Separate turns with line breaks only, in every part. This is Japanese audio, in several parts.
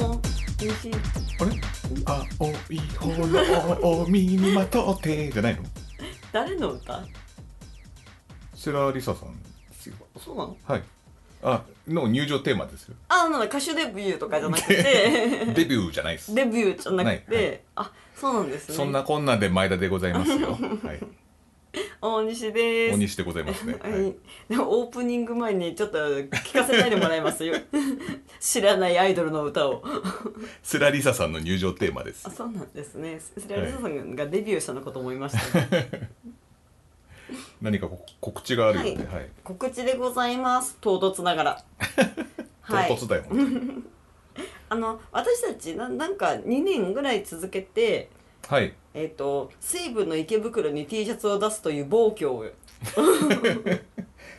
しい
青い炎を身にまとってじゃないの
誰の歌
セラリサさんですよ
そうなの
はいあの入場テーマですよ
あなんだ歌手デビューとかじゃなくて
デビューじゃないで す
デビューじゃなくて、
ないは
あそうなんですね
そんなこんなんで前田でございます よはい
大西で
大
す
西でございますね、
は
はい
い、でもオープニング前にちょっと聞かせないでもらいますよ 知らないアイドルの歌を
セラリサさんの入場テーマです
あそうなんですねそれはリサさんがデビューしたのかと思いま した、
何かこ告知があるようで、はい
告知でございます唐突なが らはい
唐突だよ、本当に
あの私たちななんか2年ぐらい続けて
はい
えっ、と水分の池袋に T シャツを出すという暴挙を、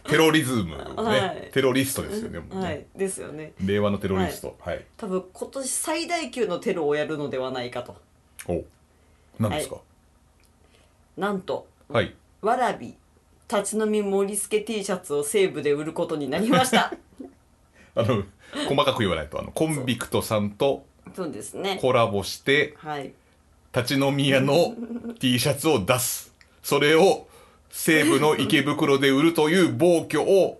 テロリズムね、
はい
テロリストですよねもうね
はい、ですよね
令和のテロリストはい、
多分今年最大級のテロをやるのではないかと
お何ですか
なんと
はい、
わらび立ち飲み盛り付け T シャツを西武で売ることになりました
あの細かく言わないとあのコンビクトさんと
そうですね
コラボして
はい
立ち飲み屋 の T シャツを出すそれを西武の池袋で売るという暴挙を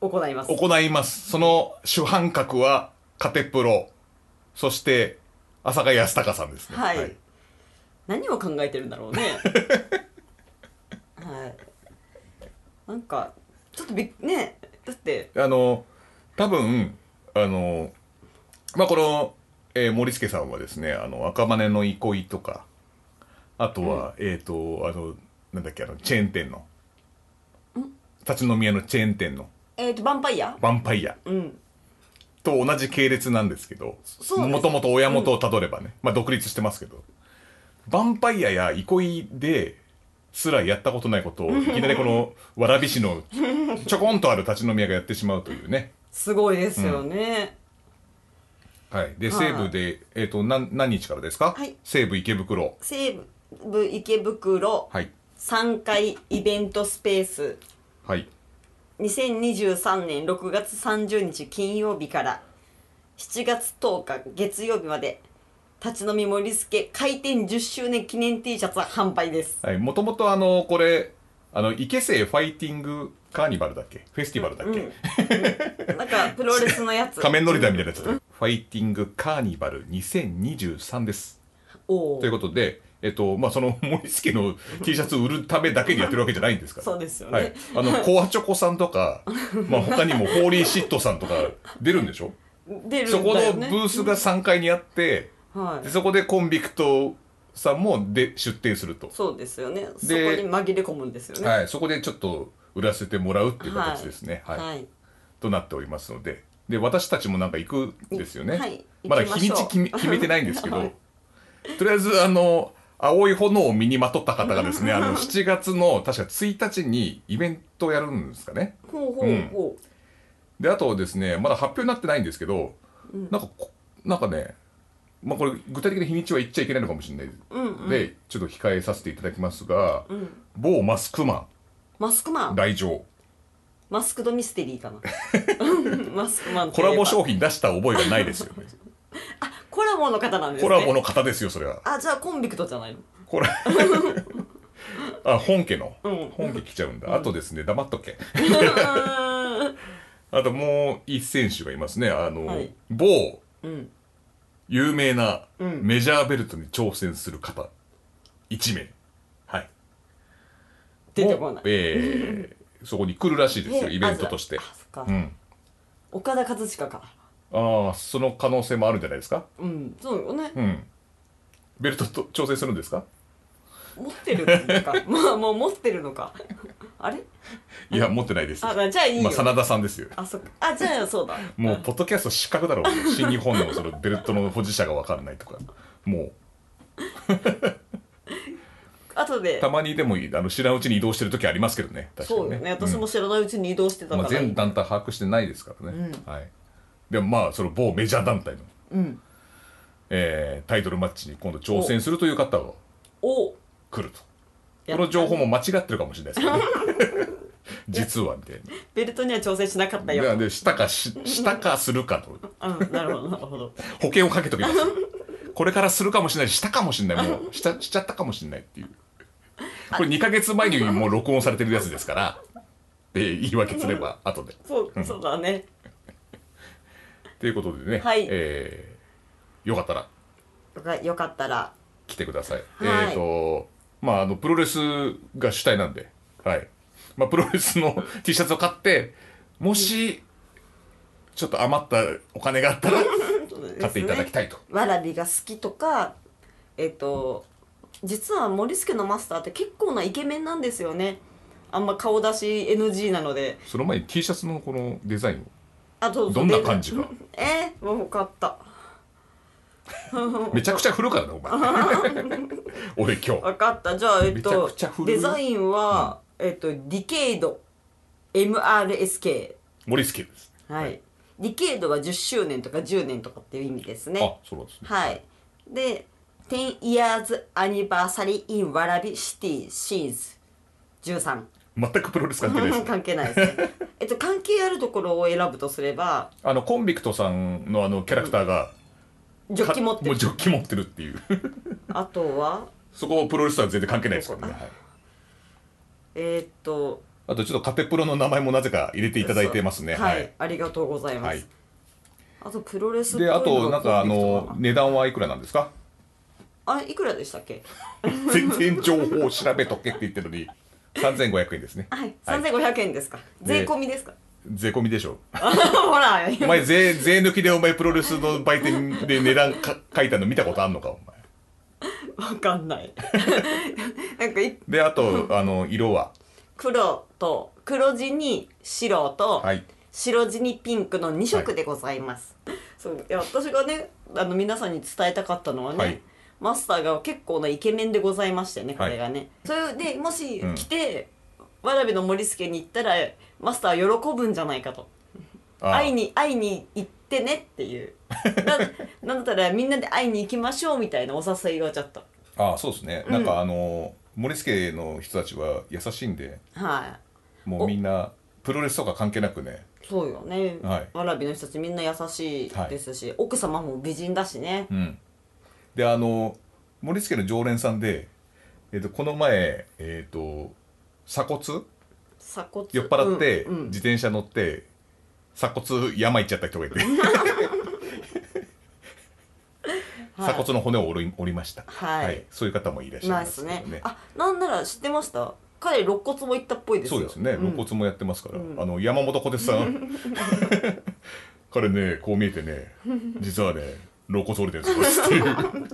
行います
行いますその主犯格はカテプロそして浅香康隆さんですね
はい何を考えてるんだろうね はいなんかちょっとびっねだって
あの多分あのまあこの、えー森助さんはですねあの赤羽の憩いとかあとは、えっ、とあのなんだっけあのチェーン店の立ち飲み屋のチェーン店の
えっ、とヴァンパイア
ヴァンパイア
うん
と同じ系列なんですけど
そうです
もともと親元をたどればね、まあ独立してますけどヴァンパイアや憩いですらやったことない ことをいきなりこの蕨市のちょこんとある立ち飲み屋がやってしまうというね
すごいですよね、
はい、で
はい
西武で、えー、となん何日からですか、
はい
西武池袋、
西武池袋
はい
3階イベントスペース
はい、
2023年6月30日金曜日から7月10日月曜日まで立ち飲み森助開店10周年記念 T シャツ販売です
はい、もともとあのこれあの池瀬ファイティングカーニバルだっけフェスティバルだっけ、
なんかプロレスのやつ
仮面乗りだみたいになっちゃったファイティングカーニバル2023です
おお
ということでえっとまあその 森助の T シャツ売るためだけにやってるわけじゃないんですから
そうですよね
はい、あのコアチョコさんとかまあ他にもホーリーシットさんとか出るんでしょ
出る
そ
ん
こ
だ
の
よ
ブ
ね
ースが3階にあって、
は
で
い
そこでコンビクトさんもで出店すると、
そうですよねそこに紛れ込むんですよね
はい、そこでちょっと売らせてもらうっていう形ですね、はい
はい
となっておりますのでで私たちもなんか行くんですよね、
はい
まだ
行きま
日
しょう
にち 決め決めてないんですけ
は
ど
い
とりあえずあの青い炎を身にまとった方がです ねあの7月の確か1日にイベントをやるんですかね
ほうほうほう、
であとですねまだ発表になってないんですけど、なんかこなんかねまあこれ具体的な日にちは言っちゃいけないのかもしれない
うん、うん
でちょっと控えさせていただきますが、
ん
某マスクマ
マスクマ
ン
ン
来場
マスクドミステリー かなマスクマンと
コ
いえば
ラボ商品出した覚えがな いですよね
コラボの方なんです
コ
ね
ラボの方ですよそれは
あじゃあコンビクトじゃ ないの
コラあ本家の、
うん
本家来ちゃうんだ、あとですね黙っとけ
う
あともう一選手がいますねあの、
はい
某
ん、
有名な
うん
メジャーベルトに挑戦する方1名はい
出てこない
もえ ーそこに来るらしいですよ
え
イベントとして
あそっか、
うん
岡田和親か
ああその可能性もあるんじゃないですか
うんそうよね
うん。ベルトと調整するんですか
持ってるのか まあもう持ってるのかあれ
いや、持ってないです。
あじゃあいいよ、
まあ、真田さんですよ。
あそっかあじゃあそうだ
もう、ポッドキャスト失格だろう。新日本のそのベルトの保持者がわかんないとか。も
あと
う、
で
たまにでもいいあの知らんうちに移動してる時ありますけどね。確かに
そうよね私も知らないうちに移動してた
うん
か
まあ、
ら、
全団体把握してないですからね。はい。でもまあ、その某メジャー団体の、
うん
えータイトルマッチに今度挑戦するという方が
お
来ると。
や
この情報も間違ってるかもしれないですけどね。実はみたいな。
ベルトには調整しなかったよ
ででしたかししたかするかと
うんなるほどなるほど
保険をかけときますこれからするかもしれないししたかもしれないもうしたしちゃったかもしれないっていうこれ2ヶ月前にもう録音されてるやつですからで言い訳すれば後で
そうそうだね
ということでね、
はい
えーよかったら
よかよかったら
来てください。
はい
えっ、と、まあ、あの、プロレスが主体なんで、はい。まあ、プロレスの T シャツを買って、もし、ちょっと余ったお金があったら、買っていただきたいと。
わらびが好きとかえっ、と実は森助のマスターって結構なイケメンなんですよねあんま顔出し NG なので
その前に T シャツのこのデザインを。
あと
どんな感じか
えー、もう分かった
めちゃくちゃ振るからね、お前。 俺今日。
分かったじゃあえっ、
めちゃ
と
くちゃ古い
デザインは、えっ、とディケイド MRSK
森助です。
はい、ディケイドは10周年とか10年とかっていう意味ですね
あ、そうなんですね。
はい。で、10 years anniversary in わらび city since 13。
全くプロレス関係ないですね。
関係ないです ね。えっと、関係あるところを選ぶとすれば、
あの、コンビクトさんのあの、キャラクターが、
ジョッキ持っ
か
て
もう
る。
ジョッキ持ってるっていう。
あとは、
そこプロレスとは全然関係ないですからね。はい
えーっと、
あとちょっとカテプロの名前もなぜか入れていただいてますね。
そうは
はい
い。。ありがとうございま
は
す
い。
あと、プロレスっぽい
で、あと、
のが
なんかあ
コンセプト
の
か、
値段はいくらなんですか
なあ、いくらでしたっけ
全然情報を調べとけって言ってるのに、3500円ですね。
はい。3500円ですか。税
で
込みですか。
税込みでしょ。
ほら、
お前税、税抜きでお前プロレスの売店で値段か書いたの見たことあんのか、お前。
わかんない。 なんかい、
で、あと、あの、色は。
黒と黒地に白と
はい
白地にピンクの2色でございます、そういや私がねあの皆さんに伝えたかったのはね、
はい
マスターが結構なイケメンでございましてねこれがね、それでもし
うん
来て、わらびの森助に行ったらマスターは喜ぶんじゃないかと
あ
会いに会いに行ってねっていう ななんだったらみんなで会いに行きましょうみたいなお誘いをちょっと
あそうですね。なんかあの、森助の人たちは優しいんで、
はい、
もうみんな、プロレスとか関係なくね、
そうよね、
はい
わらびの人たちみんな優しいですし、奥様も美人だしね
うん、であの森助の常連さんで、えっとこの前、えっと鎖骨
鎖骨
酔っ払って、
うんうん
自転車乗って鎖骨山行っちゃった人がいて鎖骨の骨を折り折りました、
はい
そういう方もいらっしゃい
ナ
ま
イ
す
ス
けど
ね
ね
あなんなら知ってました彼肋骨も行ったっぽいですよ
そうですね
ん
肋骨もやってますから、
うん
あの山本小手さ ん彼ねこう見えてね実はね肋骨折れてるんですよっていう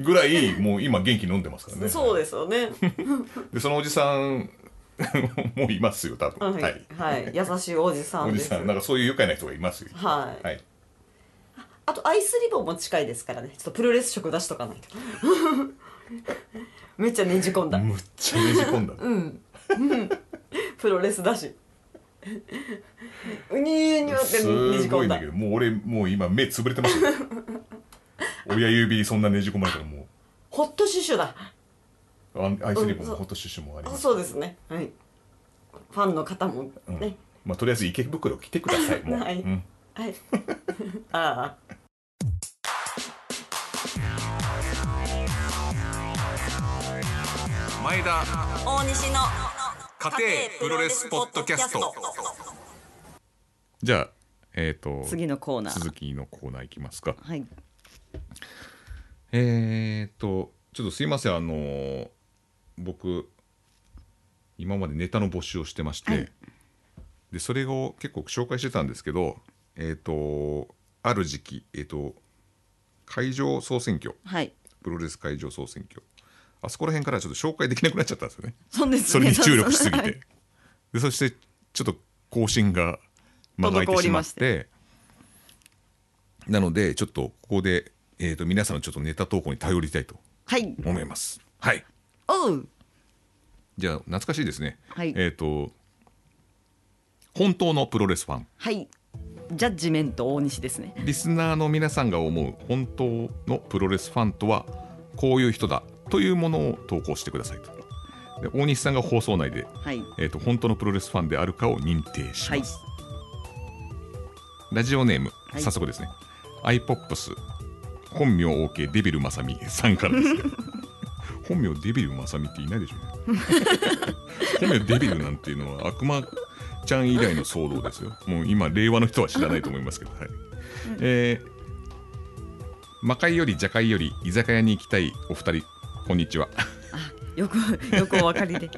ぐらいもう今元気飲んでますからね
そうですよね、
でそのおじさん もういますよ多分、
はい、はい、優しいおじさ
お
ん
じ
です
さんなんかそういう愉快な人がいますよ
はい
はい、
あとアイスリボンも近いですからねちょっとプロレス色出しとかないと めっちゃねじ込んだ
むっちゃねじ込んだ、
プロレスだしうにゅうにゅってねじ
すご
込
い
ん
ん
だ
だけどもう俺もう今目つぶれてますよ 親指にそんなねじ込まれたらも
ホットシュシュだ
うあアイスリボン
うん
もホットシュッシュもあり
あ
ます、
そうですねはいファンの方もね、
うんまあ、とりあえず池袋来てくださいも う、
はい
うん
はい ああ
前田
大西の
家庭プロレスポッドキャストじゃあえっ、と
次のコーナー
続きのコーナーいきますか
はい
えー、っとちょっとすいませんあのー僕今までネタの募集をしてまして、
はい
でそれを結構紹介してたんですけどえー、っとある時期えー、っと会場総選挙
はい
プロレス会場総選挙あそこら辺からちょっと紹介できなくなっちゃったんですよね
そうですね
それに注力しすぎ
は
て
い
でそしてちょっと更新が間が空いてしまってなのでちょっとここで、えー、と皆さんのちょっとネタ投稿に頼りたいと
はい
思いますはい
おう
じゃあ懐かしいですね、
はい
えっ、と本当のプロレスファン
はいジャッジメント大西ですね
リスナーの皆さんが思う本当のプロレスファンとはこういう人だというものを投稿してくださいとで大西さんが放送内で、
はい
えー、と本当のプロレスファンであるかを認定し
はい
ます、ラジオネーム、
はい
早速ですねアイポップス本名 OK デビルマサミさんからですよ 本名デビルマサミっていないでしょうね 本名デビルなんていうのは悪魔ちゃん以来の騒動ですよもう今令和の人は知らないと思いますけどはいえー魔界より邪界より居酒屋に行きたいお二人こんにちは
よくよくお分かりで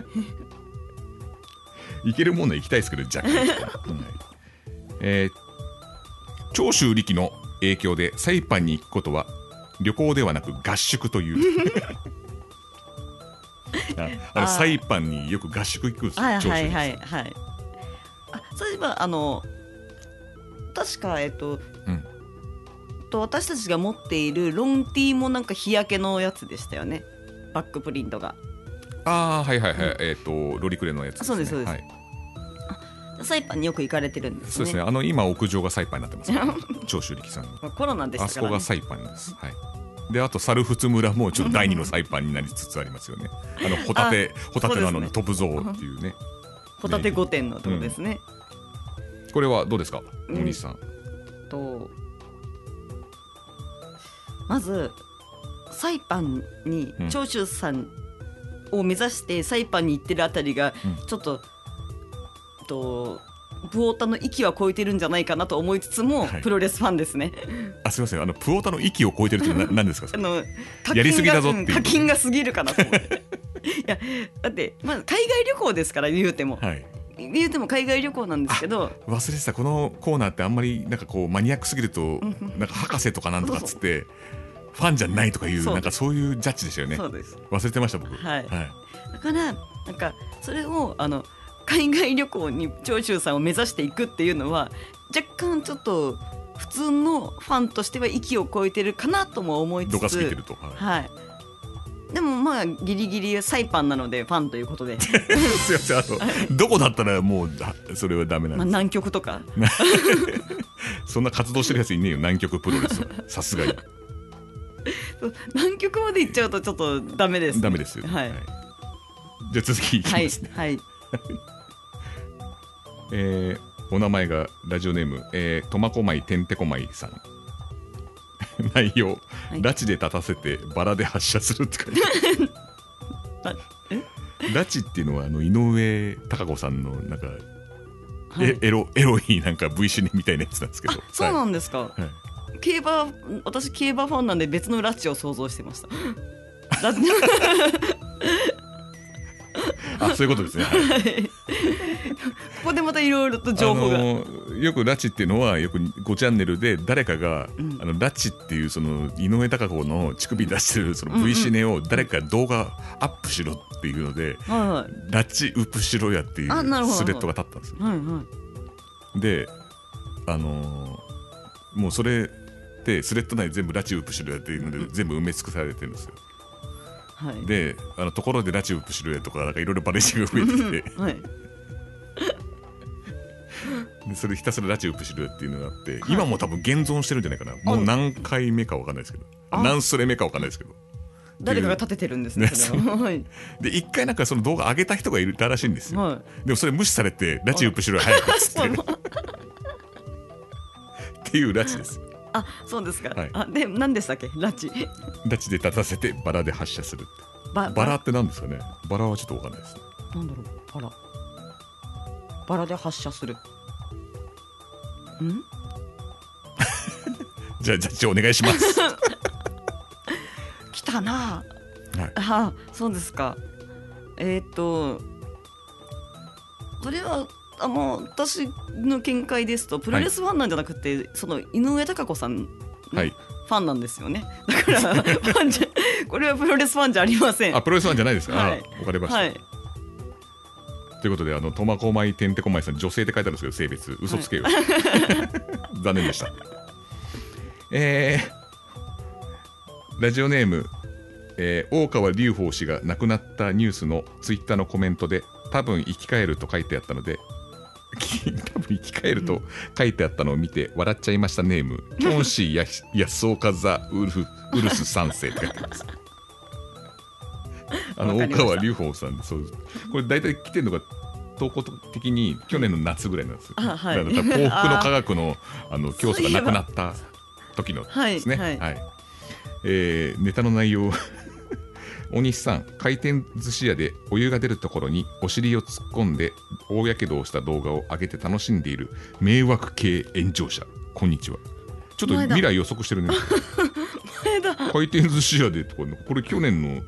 行けるもんなら行きたいですけど 邪界、はいえー長州力の影響でサイパンに行くことは旅行ではなく合宿と いうああの
あー
サイパンによく合宿行くんですよ
はい
長州
はい
力
は
さん
いはいあそういえばあの確かえっと
うん
と私たちが持っているロンティーもなんか日焼けのやつでしたよねバックプリントが
ああはいはいはい、えっ、とロリクレのやつです、ね、
そうですそうです
はい
サイパンによく行かれてるんですね
そうですねあの今屋上がサイパンになってます から、長州力さんの
まあコロナでし
あ
た
そ
から、
こ
ね、
がサイパンです。はい。であと猿ルフツ村もちょっと第二のサイパンになりつつありますよね。あのホタテホタテなのに飛ぶぞっていうね。
ホタテ御殿のとこですね、
これはどうですか、
うん
森さん。
とまずサイパンに
うん
長州さんを目指してサイパンに行ってるあたりが
うん
ちょっと、とブオタの域は超えてるんじゃないかなと思いつつも、
はい
プロレスファンですね。
あすみませんあのプオタの域を超えてるってな何ですかそ
あ
れ。
の
やりすぎだぞっ
課金
てい
が
う
課金が過ぎるかなと思って。 いやだって、まあ、海外旅行ですから言うても、
はい。
言うても海外旅行なんですけど
忘れてたこのコーナーってあんまりなんかこうマニアックすぎると
ん
なんか博士とかなんとかっつってファンじゃないとかいう
そう
なんかそういうジャッジでしたよね
そ。うです
忘れてました僕。
はい
はい。
だからなんかそれをあの海外旅行に長州さんを目指していくっていうのは若干ちょっと普通のファンとしては域を超えてるかなとも思いつ
どか
つ
すぎてると。はい
はい、でもまあギリギリサイパンなのでファンということ で
すいませんあのどこだったらもうだそれはダメなん
まあ
です。
南極とか
そんな活動してるやついねえよ南極プロレスはさすがに。
南極まで行っちゃうとちょっとダメです、
ダメですよ。
はい
はいじゃあ続きいき
はい
ますね。
はい
えーお名前がラジオネーム、えー、トマコマイテンペコマイさん。 内容、
はい
拉致で立たせてバラで発射するって書いてある 拉致っていうのはあの井上貴子さんのなんか、
は
え
い
エロエロいなんか V シネみたいなやつなんですけど
あそうな
はい
んですか、
はい
競馬私競馬ファンなんで別のラッチを想像してました ラッチ
あそういうことですね、はい
ここでまたいろいろと 情報が、
あのーよく拉致っていうのはよく5チャンネルで誰かが、
ん
あの拉致っていうその井上貴子の乳首出してるそ
うん
の
うん
V シネを誰か動画アップしろっていうので、
はいはい
拉致ウプしろやっていう
あなるほど
スレッドが立ったんですよ。
はいはい。
であのーもうそれでスレッド内全部拉致ウプしろやっていうので全部埋め尽くされてるんですよ。
はい。
であのところで拉致ウプしろやとかなんかいろいろバレシが増えてきて。
はい。
でそれひたすらラチウプシルっていうのがあって、今も多分現存してるんじゃないかなもう何回目かわかんないですけど
あ
何それ目かわかんないですけど
誰かが立ててるんですね。
ね
それははい。
で一回なんかその動画上げた人がいたらしいんですよ、
は
でもそれ無視されてラチウプシル早くっつ ってっていうラチです
あ、そうですか。
はい
あ、で、何でしたっけ、拉致。
ラチで立たせてバラで発射する
バ
バラ。って何ですかねバラはちょっとわかんないです
なんだろう。バラ。バラで発射する。ん。
じゃあジャッジお願いし ます、は
来たな。
い、
あ、そうですか。えーっと。それは。あもう私の見解ですとプロレスファンなんじゃなくて、その井上貴子さん
はい、
ファンなんですよね。だから、ファンじゃ、これはプロレスファンじゃありません。
あプロレスマンじゃないですか、
はい
あわかりました、
はい。
ということであの苫小牧てんてこまいさん女性って書いてあるんですけど性別嘘つけよ、残念でしたえーラジオネーム、えー大川隆法氏が亡くなったニュースのツイッターのコメントで多分生き返ると書いてあったので 多分生き返ると書いてあったのを見て笑っちゃいましたネームキョンシーや安岡ザウルフウルス三世って書いてありますあの
わかりま
大
した
川隆法さんそうこれ大体来てるのが投稿的に去年の夏ぐらいなんですよ、
あはい
だから多分幸福の科学のあの教祖が亡くなった時の
はい
ですね
はい
えーネタの内容 大西さん回転寿司屋でお湯が出るところにお尻を突っ込んで大やけどをした動画を上げて楽しんでいる迷惑系炎上者こんにちはちょっと
前だ
未来予測してるね
前だ
回転寿司屋でとかねこれ去年の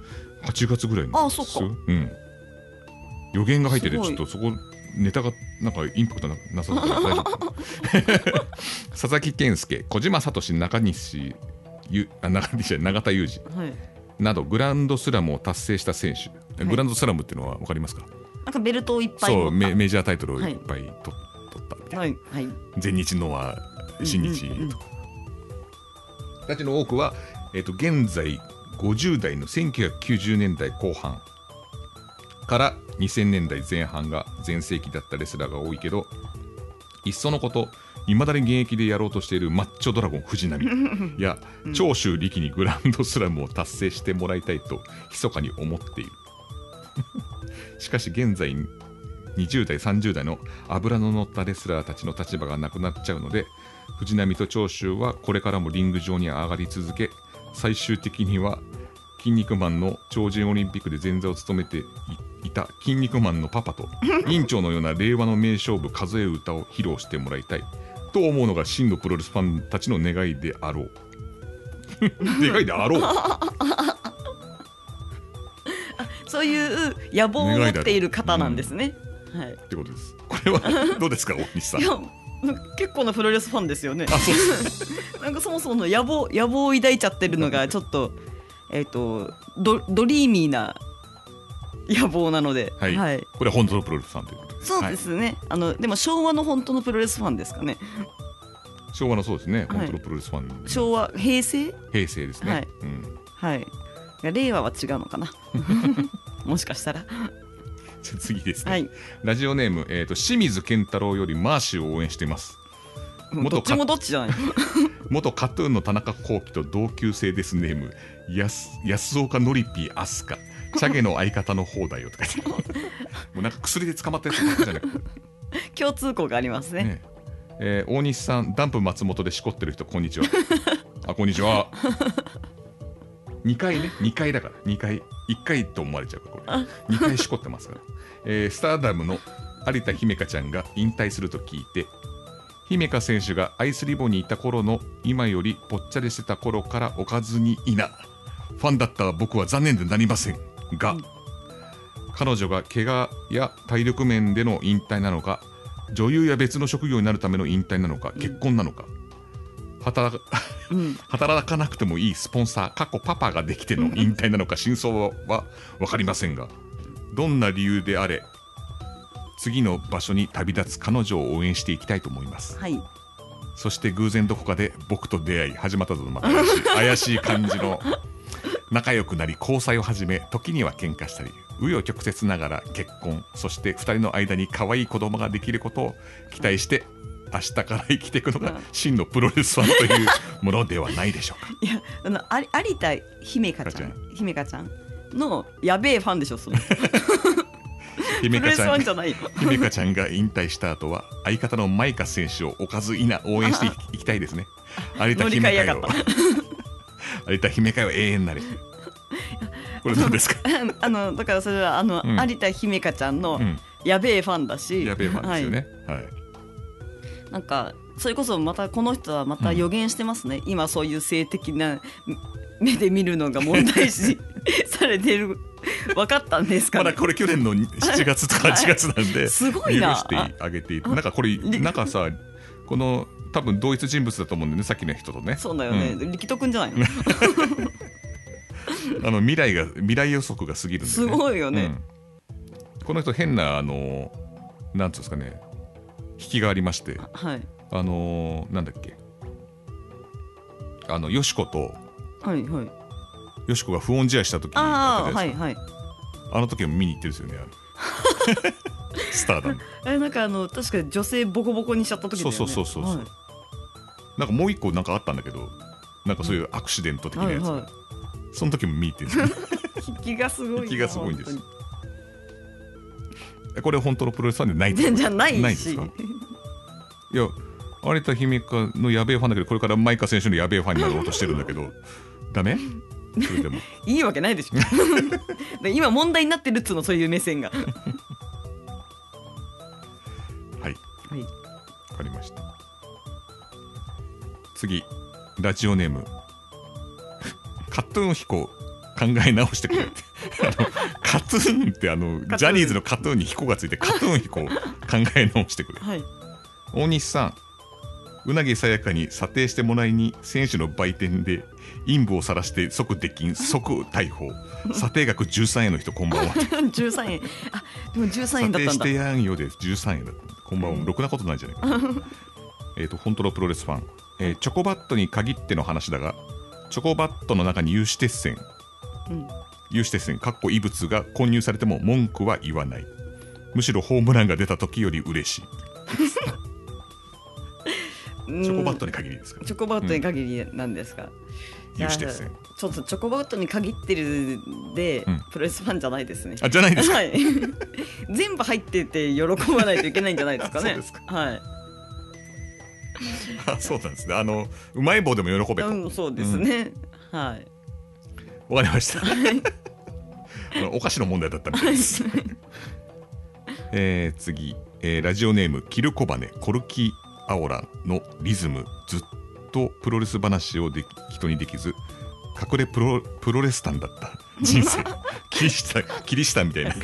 8月ぐらいの
あそっか
うん、予言が入ってて
す
ち
ご
ょっ
い
とそこネタがなんかインパクトななさそうだから大丈夫 佐々木健介小島聡中西ゆあ中西じゃない永田裕二
はい
などグランドスラムを達成した選手、
い
グランドスラムっていうのは分かりますか
なんかベルトをいっぱい
そ
持
う
っ
メメジャータイトルを
はい
いっぱいと取ったみたいな
たはいはい
全日のは新日
うんうんうん
とかたちの多くは、えっと現在50代の1990年代後半から2000年代前半が全盛期だったレスラーが多いけどいっそのこといまだに現役でやろうとしているマッチョドラゴン藤波 や長州力にグランドスラムを達成してもらいたいと密かに思っているしかし現在20代30代の脂の乗ったレスラーたちの立場がなくなっちゃうので藤波と長州はこれからもリング上に上がり続け最終的には「筋肉マン」の超人オリンピックで前座を務めていいた「筋肉マン」のパパと院長のような令和の名勝負数え歌を披露してもらいたいと思うのが真のプロレスファンたちの願いであ ろう。願いであろう
そういう野望を持っている方なんですね、はい
ってことです。これはどうですか大西さん
い。や結構なプロレスファンですよね
あそうです
なんかそもそもの野望野望を抱いちゃってるのがちょっとえっ、とドドリーミーな野望なので、
はい、これは本当のプロレスさんということです。
そう
はい
ですね、あのでも昭和の本当のプロレスファンですかね
昭和のそうですね、
はい
本当のプロレスファン、
昭和平成
平成ですね、
はい
うん、
はいいや令和は違うのかなもしかしたら
じゃあ次ですね、
はい
ラジオネーム、えー、と清水健太郎よりマーシーを応援しています元
どっちもどっちじゃない
元カトゥーンの田中幸喜と同級生ですネームやす安岡のりぴーあすかチャゲの相方の方だよとか言っても うなんか薬で捕まったやつばっかじゃなくて
共通項がありますね
ねえー大西さんダンプ松本でしこってる人こん にちはあこんにちは2回ね2回だから2回1回と思われちゃうからこれ2回しこってますから、えースターダムの有田姫香ちゃんが引退すると聞いて姫香選手がアイスリボンにいた頃の今よりぽっちゃりしてた頃からおかずにいなファンだった僕は残念でなりませんが、彼女が怪我や体力面での引退なのか女優や別の職業になるための引退なのか結婚なのか働か
うん
働かなくてもいいスポンサー過去パパができての引退なのか真相は分かりませんがどんな理由であれ次の場所に旅立つ彼女を応援していきたいと思います
はい
そして偶然どこかで僕と出会い始まったぞまた怪しい怪しい感じの仲良くなり交際を始め時には喧嘩したり紆余曲折ながら結婚そして2人の間に可愛い子供ができることを期待して明日から生きていくのが真のプロレスファンというものではないでしょうか。
いやあのあり有田姫香ちゃ
か
ん姫香ちゃんのやべえファンでしょそれプ
姫
ロレス
香ち
フ
ゃ
ァン
ん
じゃないよ
姫香ちゃんが引退した後は相方のマイカ選手をおかずいな応援していきいきたいです ね。有田
乗り
姫
換
香
えやが
よ
っ。
有田姫香よ永遠なれ。これどうですか。
あのだからそれはあの、
うん
有田姫香ちゃんの
うん
やべえファンだし、
やべえファンですよね。はい。
はいなんかそれこそまたこの人はまた予言してますね、今そういう性的な目目で見るのが問題視 されてる分かったんですか
ま
ね
だこれ去 年の7月とか8月なんで、
すごいな
許してあげていて、なんかこれなんかさ、この多分同一人物だと思うんだよね、さっきの人とね。
そうだよね、
ん
力斗くんじゃないの
あの未来が未来予測が過ぎるんです
す
ね。
ごいよね、
うんこの人変なあのなんつうんですかね、引きがありまして、
はい
あのなんだっけ、あのよしこと
はいはい
よしこが不穏試合した時あっ
あ
た
あ
じゃな
はいい
で
はい
すかあの時も見に行ってるんですよね。あれ スターダム。
あれなんかあの確かに女性ボコボコにしちゃった時だよね
そうそうそうそうそう
はい
なんかもう一個なんかあったんだけど、なんかそういうアクシデント的な
はい
やつ。
は
その時も見てるんですよ
引きがすごいな
引きがすごいんです
本
えこれ本当のプロレスファンでない
当に全然じゃないし
ないですかいや有田姫香のやべえファンだけどこれから舞香選手のやべえファンになろうとしてるんだけ どダメそれでも
いいわけないでしょ で今問題になってるっつうのそういう目線が
はい
はい
わかりました次ラジオネームカットゥーン彦考え直し てくれってあのカトゥーンってあ
カトゥ
の
ーン
ジャニーズのカトゥーンに彦がついてカトゥーン彦考え直してくれ
はい
大西さんうなぎさやかに査定してもらいに選手の売店で陰部を晒して即出禁即逮 捕査定額13円の人こんばんは
13円あでも13
査
円だっ
定
たん
し
だ
てやんよで13円だったこんばんはろくなことないじゃないかな えっと本当のプロレスファン、えーチョコバットに限っての話だがチョコバットの中に有刺鉄線
うん
有刺鉄線かっこ異物が混入されても文句は言わないむしろホームランが出た時より嬉しいチョコバットに限りですから
チョコバットに限りなんですか、
有刺鉄線
ちょっとチョコバットに限ってるで、
うん
プロレスファンじゃないですね
あじゃないですか
はい、 全部入ってて喜ばないといけないんじゃないですかね。
そうですか
はい、
あそうなんですね。あのうまい棒でも喜べと。
うん、そうですね。はい。
わかりました。 あのお菓子の問題だったみたいです。 えー次、えーラジオネームキルコバネコルキアオラのリズムずっとプロレス話をでき人にできず隠れプロプロレスタンだった人生 キリシタンキリシタンみたいな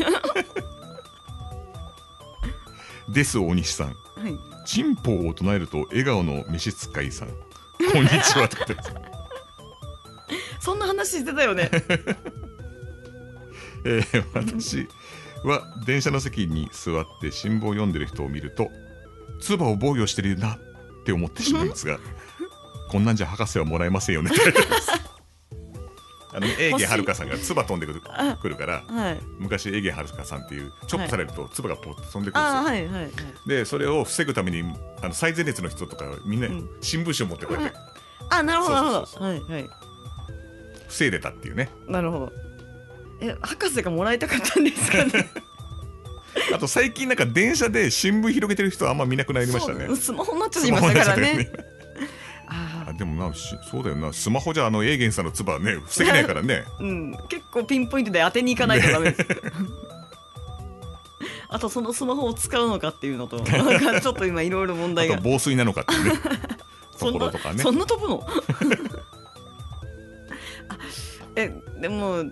です大西さん
はい。
チンポを唱えると笑顔の召使いさんこんにちはってことです
そんな話してたよね。
えー私は電車の席に座って新聞を読んでる人を見ると唾を防御してるなって思ってしま いますがこんなんじゃ博士はもらえませんよねって書いてありますあの永
欲しい
芸遥さんが唾飛んでくる
あ
くるから
はい。
昔永芸遥さんっていうチョップされると唾がポッと飛んでくるんですよ
あ、はいはいはい。
でそれを防ぐためにあの最前列の人とかみんな
うん
新聞紙を持ってこうやって
あ、なるほどなるほ
そうそうそう
ど。はいはい。
防いでたっていうね
なるほど。え、博士がもらいたかったんです かね。
あと最近なんか電車で新聞広げてる人はあんま見なくなりましたね
そうスマホになっちゃいましたから
スマホになっちゃったよ
ね。 あ
あ
あ、
でもなしそうだよなスマホじゃあのエーゲンさんの唾はね防げないからね
うん。結構ピンポイントで当てに行かないとダメです。 あとそのスマホを使うのかっていうのと、 なんかちょっと今いろいろ問
あ
題
と
が。
防水なのかっ ていうね
そ
と
ん
こ
な
ろとかね
そんな飛ぶ のあえでも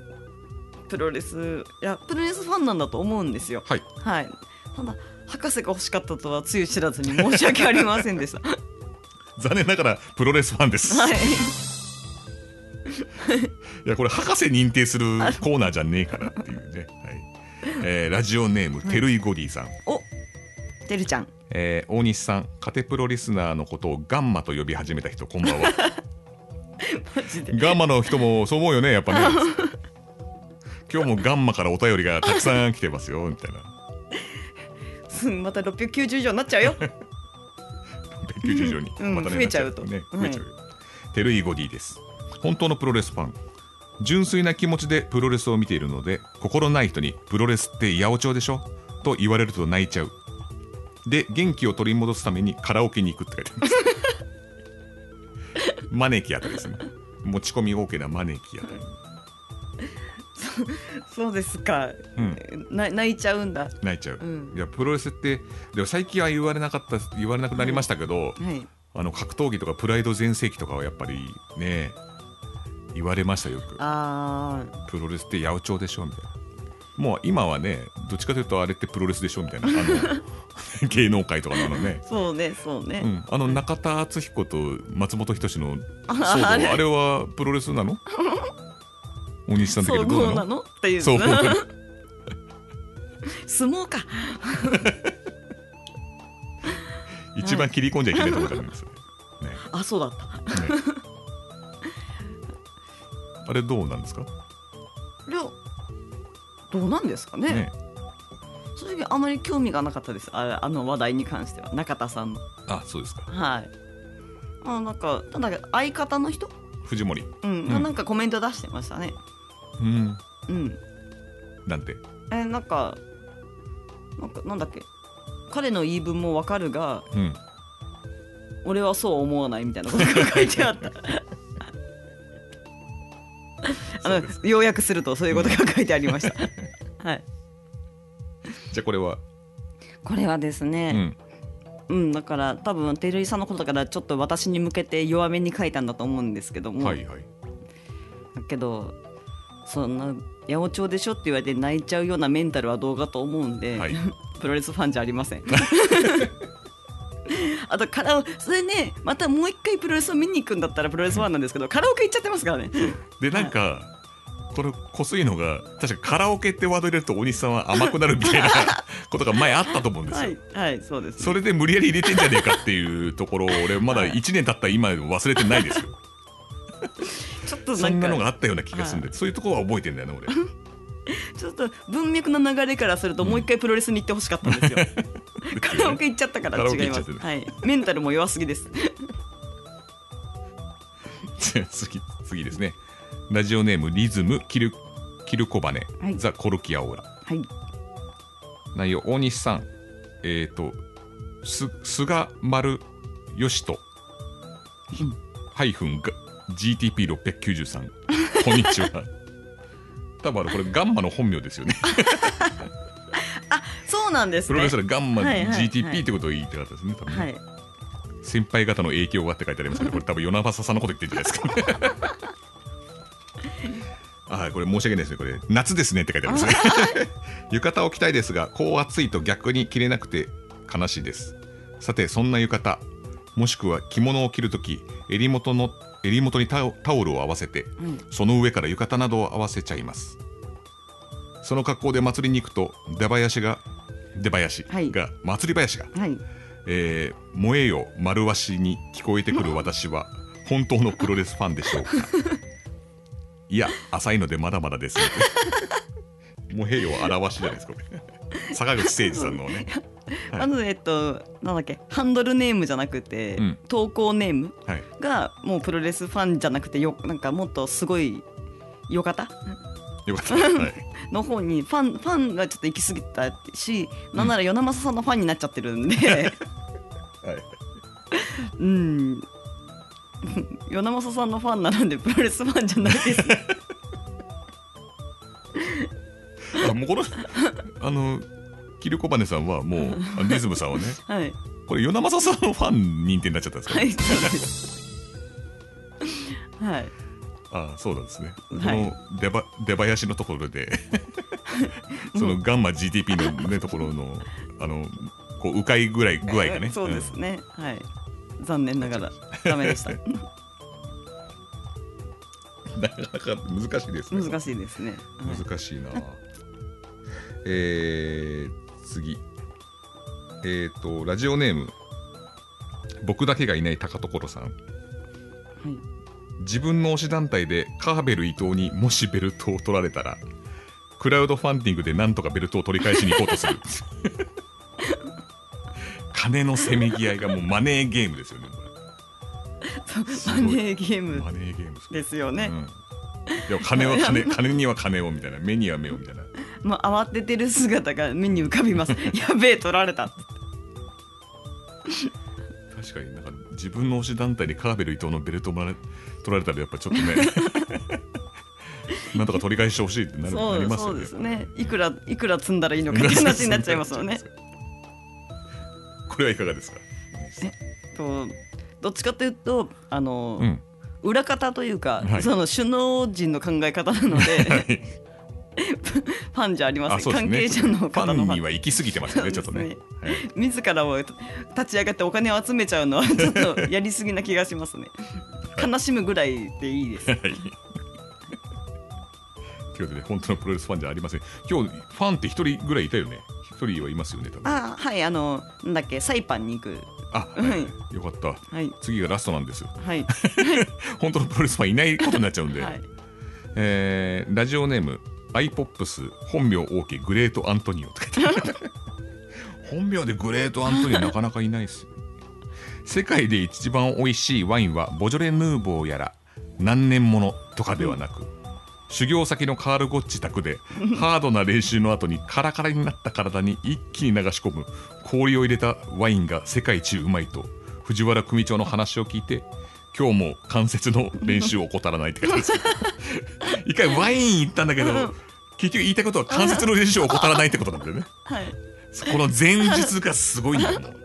プロレスいやプロレスファンなんだと思うんですよ
はい
はいただ博士が欲しかったとはつゆ知らずに申し訳ありませんでした は
残念ながらプロレスファンです、
い
い、やこれ博士認定するコーナーじゃねえからっていうね、はいえーラジオネームてるいゴディさん、
おてるちゃん
えー大西さんカテプロリスナーのことをガンマと呼び始めた人こんばんは
マジで
ガンマの人もそう思うよねやっぱね 今日もガンマからお便りがたくさん来てますよみたいな
うんまた690以上になっち ゃうよ
研究所に、
うん
またね
増えちゃうと
ね
はい
増えちゃうよテルイゴディです本当のプロレスファン純粋な気持ちでプロレスを見ているので心ない人にプロレスって八百長でしょと言われると泣いちゃうで元気を取り戻すためにカラオケに行くって書い てありますマネキあたりですね持ち込み OK なマネキあたり
そうですか、
うん
な泣いちゃうんだは
泣いちゃう、
うん
いやプロレスってでも最近は言われなかった言われなくなりましたけど、
い
あの格闘技とかプライド全盛期とかはやっぱりね言われましたよく
あー
プロレスって八百長でしょみたいなもう今はねどっちかというとあれってプロレスでしょみたいなあの 芸能界とかのあのね、
そうねそうね、
うん、あの中田敦彦と松本人志の騒
あ
動あ
あ
れ
れ
はプロレスなの大西さんだけ
そう
どど
こう
うな
な
の
のっていう
そうなの
相撲か
一番切り込んじゃいけないところだんですよねね
あそうだった
あれどうなんですか
これをどうなんですかね
ね
正直あまり興味がなかったですああの話題に関しては中田さんの
あそうですか
はいあなんかただ相方の人、
藤森
うん
うん
なんかコメント出してましたね
うん
うん
なんて
えなんかなんかなんだっけ彼の言い分もわかるが
うん
俺はそう思わないみたいなことが書いてあったあの要約するとそういうことが書いてありましたはい
じゃあこれは
これはです
う
ね
ん
うん、だから多分照井さんのことだからちょっと私に向けて弱めに書いたんだと思うんですけども、
はいはい
だけどそんな八百長でしょって言われて泣いちゃうようなメンタルはどうかと思うんで、
はい
プロレスファンじゃありませ ん。あとカラオそれねまたもう一回プロレスを見に行くんだったらプロレスファンなんですけどカラオケ行っちゃってますからね
でなんかこれこすいのが確かカラオケってワード入れると大西さんは甘くなるみた いなことが前あったと思うんですよ、
はいはいそうです、ね、
それで無理やり入れてんじゃねえかっていうところを俺まだ1年経った今でも忘れてないですよ
ちょっと
そ
なんん
な
か
のがあったような気がするんで、そういうところは覚えてんだよね俺
ちょっと文脈の流れからするともう一回プロレスに行ってほしかった んですよカラオケ行っちゃったか
カ
ら
ラオケ
違いま
行っちゃ
す
ってる
はいメンタルも弱すぎです
じゃあ次次ですねラジオネームリズムキルキルコバネ、
はい
ザ・コルキアオーラ
はい
内容大西さんえっ、ー、とす菅丸よしとハイフンが GTP693 こんにちは多分あのこれガンマの本名ですよね
そうなんです
プ
ね
ロレスラーガンマ
はいはいはい
GTP ってことを言いたかったですね多分ね
はい
先輩方の影響がって書いてありますけどこれ多分与那政さんのこと言ってるんじゃないですか ああこれ申し訳ないですねこれ夏ですねって書いてありますね 浴衣を着たいですがこう暑いと逆に着れなくて悲しいですさてそんな浴衣もしくは着物を着るとき襟元の襟元にタオタオルを合わせて、
ん
その上から浴衣などを合わせちゃいますその格好で祭りに行くと出囃子が出囃子が、
はい
祭り林が
はい
えー燃えよ丸鷲に聞こえてくる私は本当のプロレスファンでしょうかいや浅いのでまだまだです燃えよ表しじゃないですかこれ坂口誠二さんのねはい
あのえっとなんだっけハンドルネームじゃなくて、
うん
投稿ネーム
はい
がもうプロレスファンじゃなくてよなんかもっとすごいよかた
よかった、はい、
の方にファンファンがちょっと行き過ぎたし、なんなら与那政さんのファンになっちゃってるんでうん 与那政さんのファンなのでプロレスファンじゃないです
あもうこのあのキルコバネさんはもうあリズムさんはね
はい
これ与那政さんのファン認定になっちゃったんですか、
はいそうですはい
あそうなんですね、
はい
この出ば出囃子のとこ ろでそのガンマ GTP の、ね、ところのあのこう迂回ぐらい具合がね
そうですね、はい残念なが らダメでした
うんなかなか難しいですね
難しいですね、はい
難しいな えー、次えっ、とラジオネーム僕だけがいない高所さん
はい
自分の推し団体でカーベル伊藤にもしベルトを取られたらクラウドファンディングでなんとかベルトを取り返しに行こうとす る金のせめぎ合いがもうマネーゲームですよねこ
マネーゲー
れ
ム
マネーゲームです
ですよね、
うんでも金は金金には金をみたいな目には目をみたいな
まあ、慌ててる姿が目に浮かび ますやべえ取られた
確かになんか自分の推し団体にカーベル伊藤のベルトをもらえ取られたらやっぱちょっとねなんとか取り返してほしいってなる
そ
なり
う
ます
そ
よ
う
ね
ですねいくらいくら積んだらいいのかって話になっちゃいますよね
これはいかがですか
とどっちかというとあの、
うん
裏方というか、
はい
その首脳陣の考え方なので
い
ファンじゃありま
あ
せ
そ
ん、
うです
関
ね
係者の
フ
方
ァ
の
ン
ファ
に
ン
は行き過ぎてますよねちょっとね
そう 自らを立ち上がってお金を集めちゃうの はちょっとやりすぎな気がしますね悲しむぐらいでいいです
はいということで本当のプロレスファンじゃありません今日ファンって一人ぐらいいたよね一人はいますよね多分
あはいあのなんだっけサイパンに行く
あ、はい、よかった
はい
次がラストなんですよ
はい
本当のプロレスファンいないことになっちゃうんで、
はい
えーラジオネームアイポップス本名 OK グレートアントニオとか言って本名でグレートアントニオなかなかいないですよ世界で一番美味しいワインはボジョレ・ヌーボーやら何年ものとかではなく、修行先のカールゴッチ宅でハードな練習の後にカラカラになった体に一気に流し込む氷を入れたワインが世界一うまいと藤原組長の話を聞いて今日も関節の練習を怠らないって書いてあるんですけど一回ワイン行ったんだけど結局言いたいことは関節の練習を怠らないってことなんだよね
はい
この前日がすごいんだよもう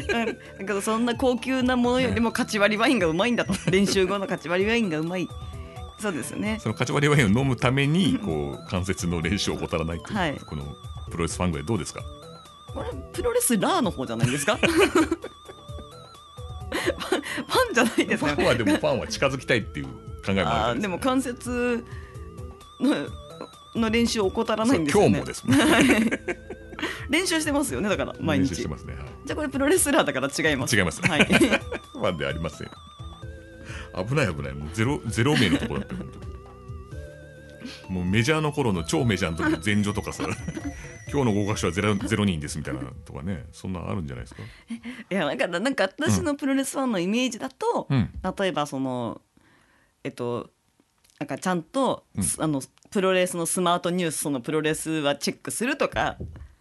うんだからそんな高級なものよりもカチ割りワインがうまいんだ と練習後のカチ割りワインがうまいそうですよね
そのカチバリワインを飲むためにこう関節の練習を怠らないという、
はい
このプロレスファンぐらいどうですか
これプロレスラーの方じゃない ですかファンファンじゃないです
フ
か
ァンはでもファンは近づきたいっていう考えもあ
あー
るじ
で
ゃ
も関節のの練習を怠らな
ない
いん
で
ですす
か
よ
そう
ね
今日もですね
練習してますよねだから 毎
練習し
日じ
て
ゃ
ますね、はい
あこれプロレスラーだから違います
違います
はい、
ファンではありません危ない危ないもうゼロゼロ名のところだったよ本当にもうメジャーの頃の超メジャーの時の前女 とかさ今日の合格者はゼロゼロ人ですみたいなとかねそんなのあるんじゃないですか
いやだからなんか私のプロレスファンのイメージだと、
うん
例えばそのえっとなんかちゃんと、すあのプロレスのスマートニュースそのプロレスはチェックするとか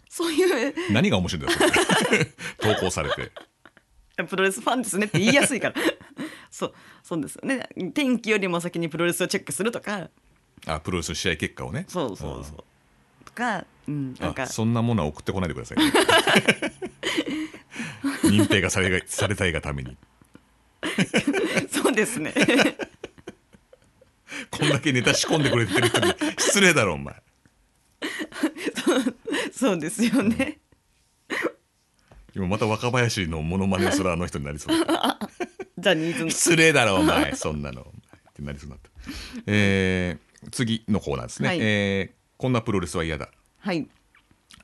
そういう
何が面白いんだよそれ 投稿されて
プロレスファンですねって言いやすいから そうそうですよね天気よりも先にプロレスをチェックするとか
あプロレスの試合結果をね
そうそうそうとか、うん、なん
あ
か
そんなものは送ってこないでくだ さい、ね、認定がされがされたいがために
そうですね
こんだけネタ仕込んでくれてる人に失礼だろお前
そうですよね
今また若林のモノマネをするあの人になりそうだ
ジャニーズの
失礼だろお前 そんなのお前ってなりそうになった、えー次のコーナーですね、
はい
えーこんなプロレスは嫌だ
はい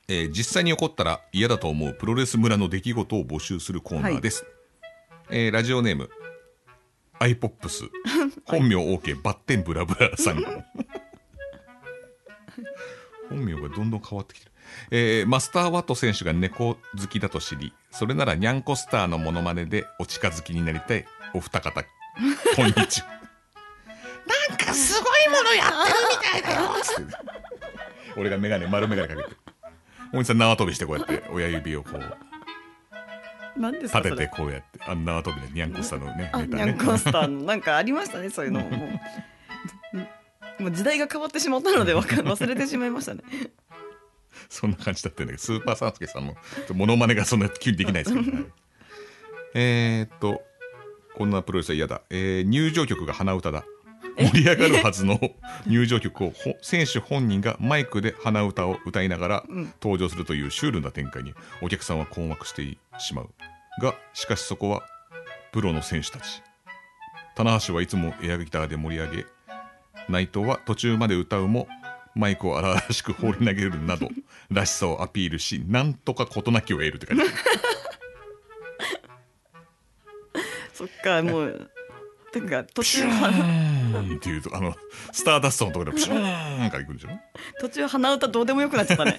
えー実際に起こったら嫌だと思うプロレス村の出来事を募集するコーナーです、えーラジオネームアイポップス本名 OK バッテンブラブラさん本名がどんどん変わってきてる、えーマスター・ワット選手が猫好きだと知りそれならニャンコスターのモノマネでお近づきになりたいお二方こんにちはなんかすごいものやってるみたいだよつって俺が眼鏡丸眼鏡かけておじさん縄跳びしてこうやって親指をこう
何ですか
立
そ
てて
れ
こうやってあの縄跳びでニャンコスタのね
あ
ネ
ニ
タ
ャ
ね
ンコスターのなんかありましたねそういうのももうもう時代が変わってしまったのでわ か忘れてしまいましたね
そんな感じだったんだけどスーパーサンスケさんもちょっとモノマネがそんな急にできないですけど、ね、えーっとこんなプロレスは嫌だ、えー入場曲が鼻歌だ盛り上がるはずの入場曲をほ選手本人がマイクで鼻歌を歌いながら登場するというシュールな展開にお客さんは困惑してしまうがしかしそこはプロの選手たち棚橋はいつもエアギターで盛り上げ内藤は途中まで歌うもマイクを荒々しく放り投げるなどらしさをアピールしなんとか事なきを得るって感じ
そっかもうてか途中 は
っていうとあのスターダストのところでプシューンから行くんでしょ
途中鼻歌どうでもよくなっちゃったね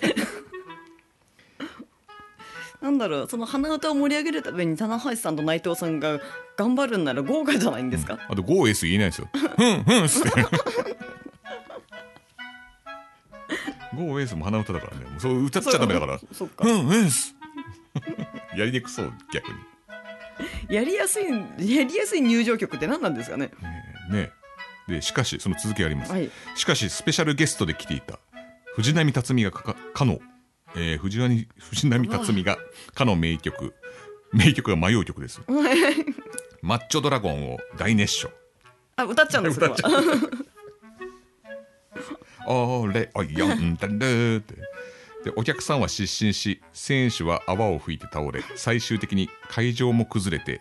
なんだろうその鼻歌を盛り上げるために棚橋さんと内藤さんが頑張るんなら豪華じゃないんですか、
あと 5S 言えないんですよふんふんっつって 5S も鼻歌だからねもうそう歌っちゃダメだから
そっか
ふんふんっすやりにくそう逆に
やりやすいやりやすい入場曲って何なんですかね
ねでしかしその続きがあります、
はい
しかしスペシャルゲストで来ていた藤波辰巳がかかかの、えー藤波藤波辰巳がかの名曲名曲が迷う曲ですマッチョドラゴンを大熱唱
あ歌っちゃうんですか
歌っちゃ 俺を呼んだるってでお客さんは失神し選手は泡を吹いて倒れ最終的に会場も崩れて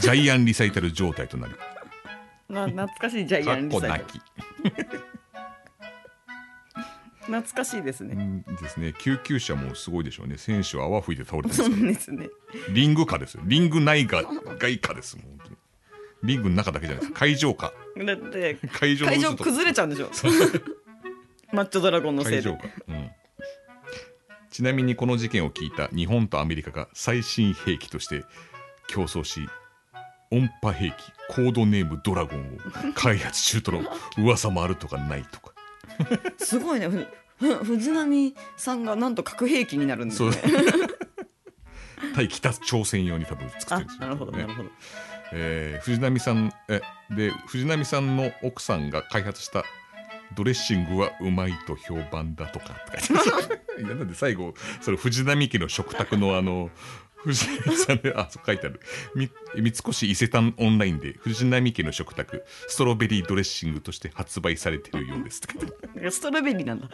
ジャイアンリサイタル状態となる
な懐かしいジャイ
か
ア
っ
ン
こ
リサイタル
なき
懐かしいです
う
ね
んですね救急車もすごいでしょうね選手は泡吹いて倒れてます
そ
か
うですね
らリング下ですよリング内外外下ですもう本当にリングの中だけじゃないです会場下
だって
会場の
会
渦
場
と
崩れちゃうんでしょマッチョドラゴンのせ
会
い
場
で
下、うん、ちなみにこの事件を聞いた日本とアメリカが最新兵器として競争し音波兵器コードネームドラゴンを開発中との噂もあるとかないとか
すごいねふふ藤波さんがなんと核兵器になるんです
そう
ね
対北朝鮮用に多分作っ
あ
てるんですよ
なるほどなるほど
えー藤波さんえで藤波さんの奥さんが開発したドレッシングはうまいと評判だとかとか言っ ていやなんで最後それ藤波家の食卓のあの藤波さんであそう書いてあるみ三越伊勢丹オンラインで藤波家の食卓ストロベリードレッシングとして発売されてるようですとか言って
ストロベリーなん だ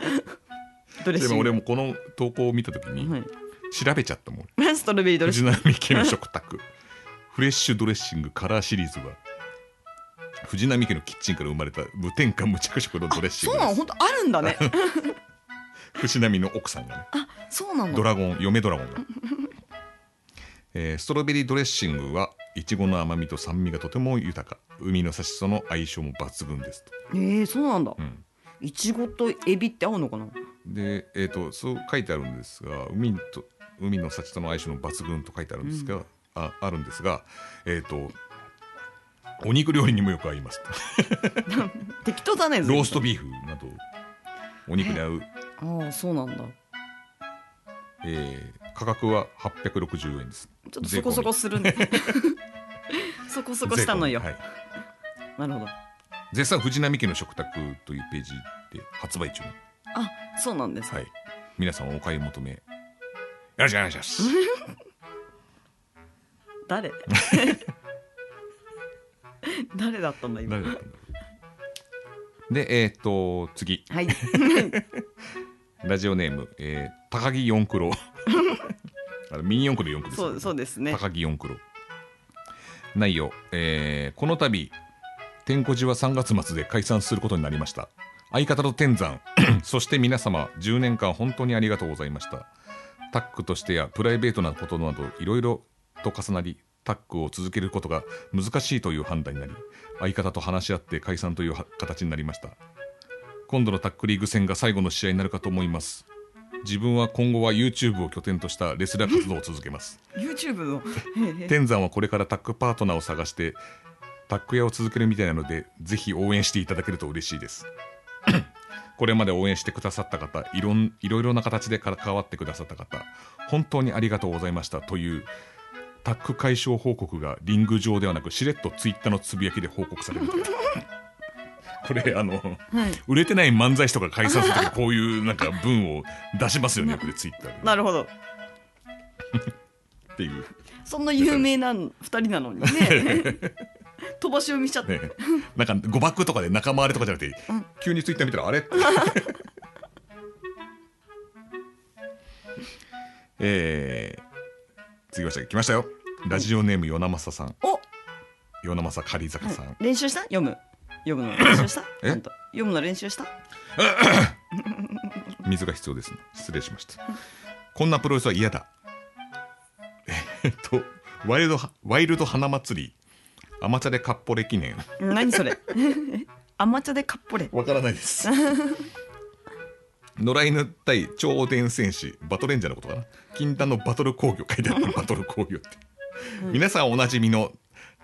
ドレッ
で
シ
も
ン
俺
グ
もこの投稿を見た時に
は
調べちゃったもん
い、 ストロベリードレッシン
藤波家の食卓 フレッシュドレッシングカラーシリーズは藤波家のキッチンから生まれた無添加無着色のドレッ
グ
シン
そう
グで
なの
す
本当あるんだね
藤波の奥さんがね
そうな
ド
の
ラゴン嫁ドラゴンが、 えーストロベリードレッシングはいちごの甘みと酸味がとても豊か海の幸との相性も抜群ですと
えー、そうなんだ
ん
いちごとエビって合うのかな
で、えー、とそう書いてあるんですが海と海の幸との相性の抜群と書いてあるんですが、ああるんですが、えー、とお肉料理にもよく合いますと
適当だね
ローストビーフなどお肉に合う、
ああそうなんだ
えー価格は860円です
ちょっとそこそこするねそこそこしたのよ、
税込みはい
なるほど
絶賛藤波家の食卓というページで発売中の
あそうなんです、
はい皆さんお買い求めよろしくお願いします
誰誰だったんだ今
誰だったんだろうでえっ、と次
はい
ラジオネーム、えー高木 四九郎あのミニ四駆の四駆です
そ
よ
うそうですね
高木四九郎内容、えーこの度天狗寺は3月末で解散することになりました相方と天山 そして皆様10年間本当にありがとうございましたタックとしてやプライベートなことなどいろいろと重なりタックを続けることが難しいという判断になり相方と話し合って解散というは形になりました今度のタックリーグ戦が最後の試合になるかと思います自分は今後は YouTube を拠点としたレスラー活動を続けます
YouTube の
天山はこれからタッグパートナーを探してタッグ屋を続けるみたいなのでぜひ応援していただけると嬉しいですこれまで応援してくださった方いろんいろいろな形で関わってくださった方本当にありがとうございましたというタッグ解消報告がリング上ではなくしれっとツイッターのつぶやきで報告されるみたいなこれあの、売れてない漫才師とか解散するときこういうなんか文を出しますよねこれツイッターで
なるほど
っていう
そんな有名な2人なのにね 飛ばし読みしちゃって、
ね、なんか誤爆とかで仲間割れとかじゃなくて、急にツイッター見たらあれえー、次ました来ましたよラジオネーム与那政さん
お
与那政狩坂さん、
練習した読む読 むの練習した
え
ちゃんと読むの練習した
水が必要ですね失礼しましたこんなプロレスは嫌だえっとワイルドワイルド花祭りアマチャレカッポレ記念
何それ アマチャでカッポレ
わからないです野良犬対超伝戦士バトレンジャーのことかな禁断のバトル工業書いて あるバトル工業って、皆さんおなじみの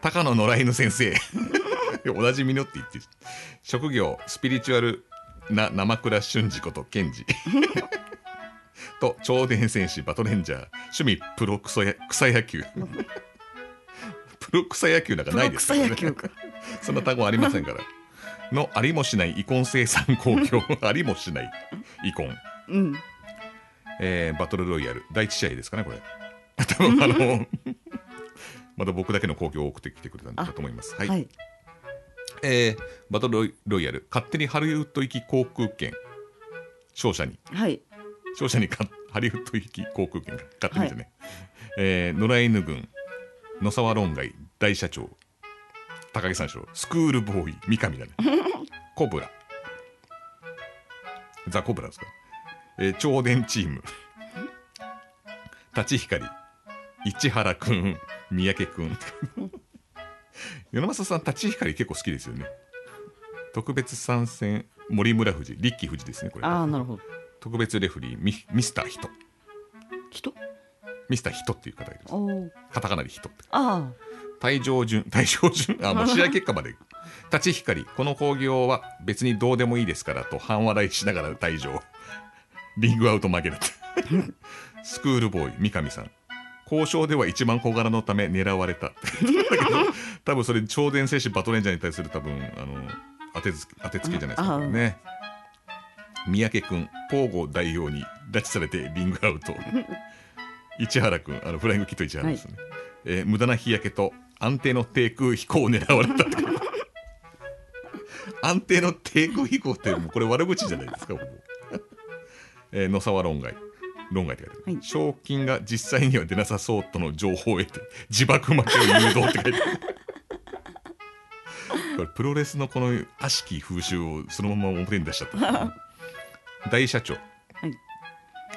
高野野良犬先生 おなじみのって言ってる職業スピリチュアルな生倉俊二こと賢 治と超伝戦士バトレンジャー趣味プロクソや草野 球プロ草野球なんか
プ
な
ロ
いです
草
からね
野球か
そんな単語ありませんから。のありもしない遺恨生産公表ありもしない遺恨、
うん
えーバトルロイヤル第一試合ですかねこれ多分あの また僕だけの公表を送ってきてくれたんだと思いますは、
はいい、
えーバトルロイロイヤル勝手にハリウッド行き航空券勝者に
はい、
勝者にかハリウッド行き航空券が買ってみてね、えー野良犬軍野沢論外大社長高木三章スクールボーイ三上だねコブラザ・コブラですか、えー、超電チーム立ち光市原くん三宅くん与那政さん立ち光結構好きですよね特別参戦森村富士力富士ですねこれ
ああなるほど
特別レフリーミミスター人
人
ミスター人っていう方がいるんです
おー
カタカナで人って
あ
退場順 退場順あもう試合結果まで立ち光この興行は別にどうでもいいですからと半笑いしながら退場リングアウト負けだったスクールボーイ三上さん交渉では一番小柄のため狙われた だけど多分それ超伝精神バトレンジャーに対する多分あの当てつ当てつけじゃないですか
うん
これね三宅君皇后代表に拉致されてリングアウト市原君あのフライングキット市原ですね、えー無駄な日焼けと安定の低空飛行を狙われた 安定の低空飛行ってもうこれ悪口じゃないですかもう えー野沢論外論外って書いてある、
はい
賞金が実際には出なさそうとの情報を得て自爆負けを誘導って書いてあるこれプロレスのこの悪しき風習をそのまま表に出しちゃった 大社長、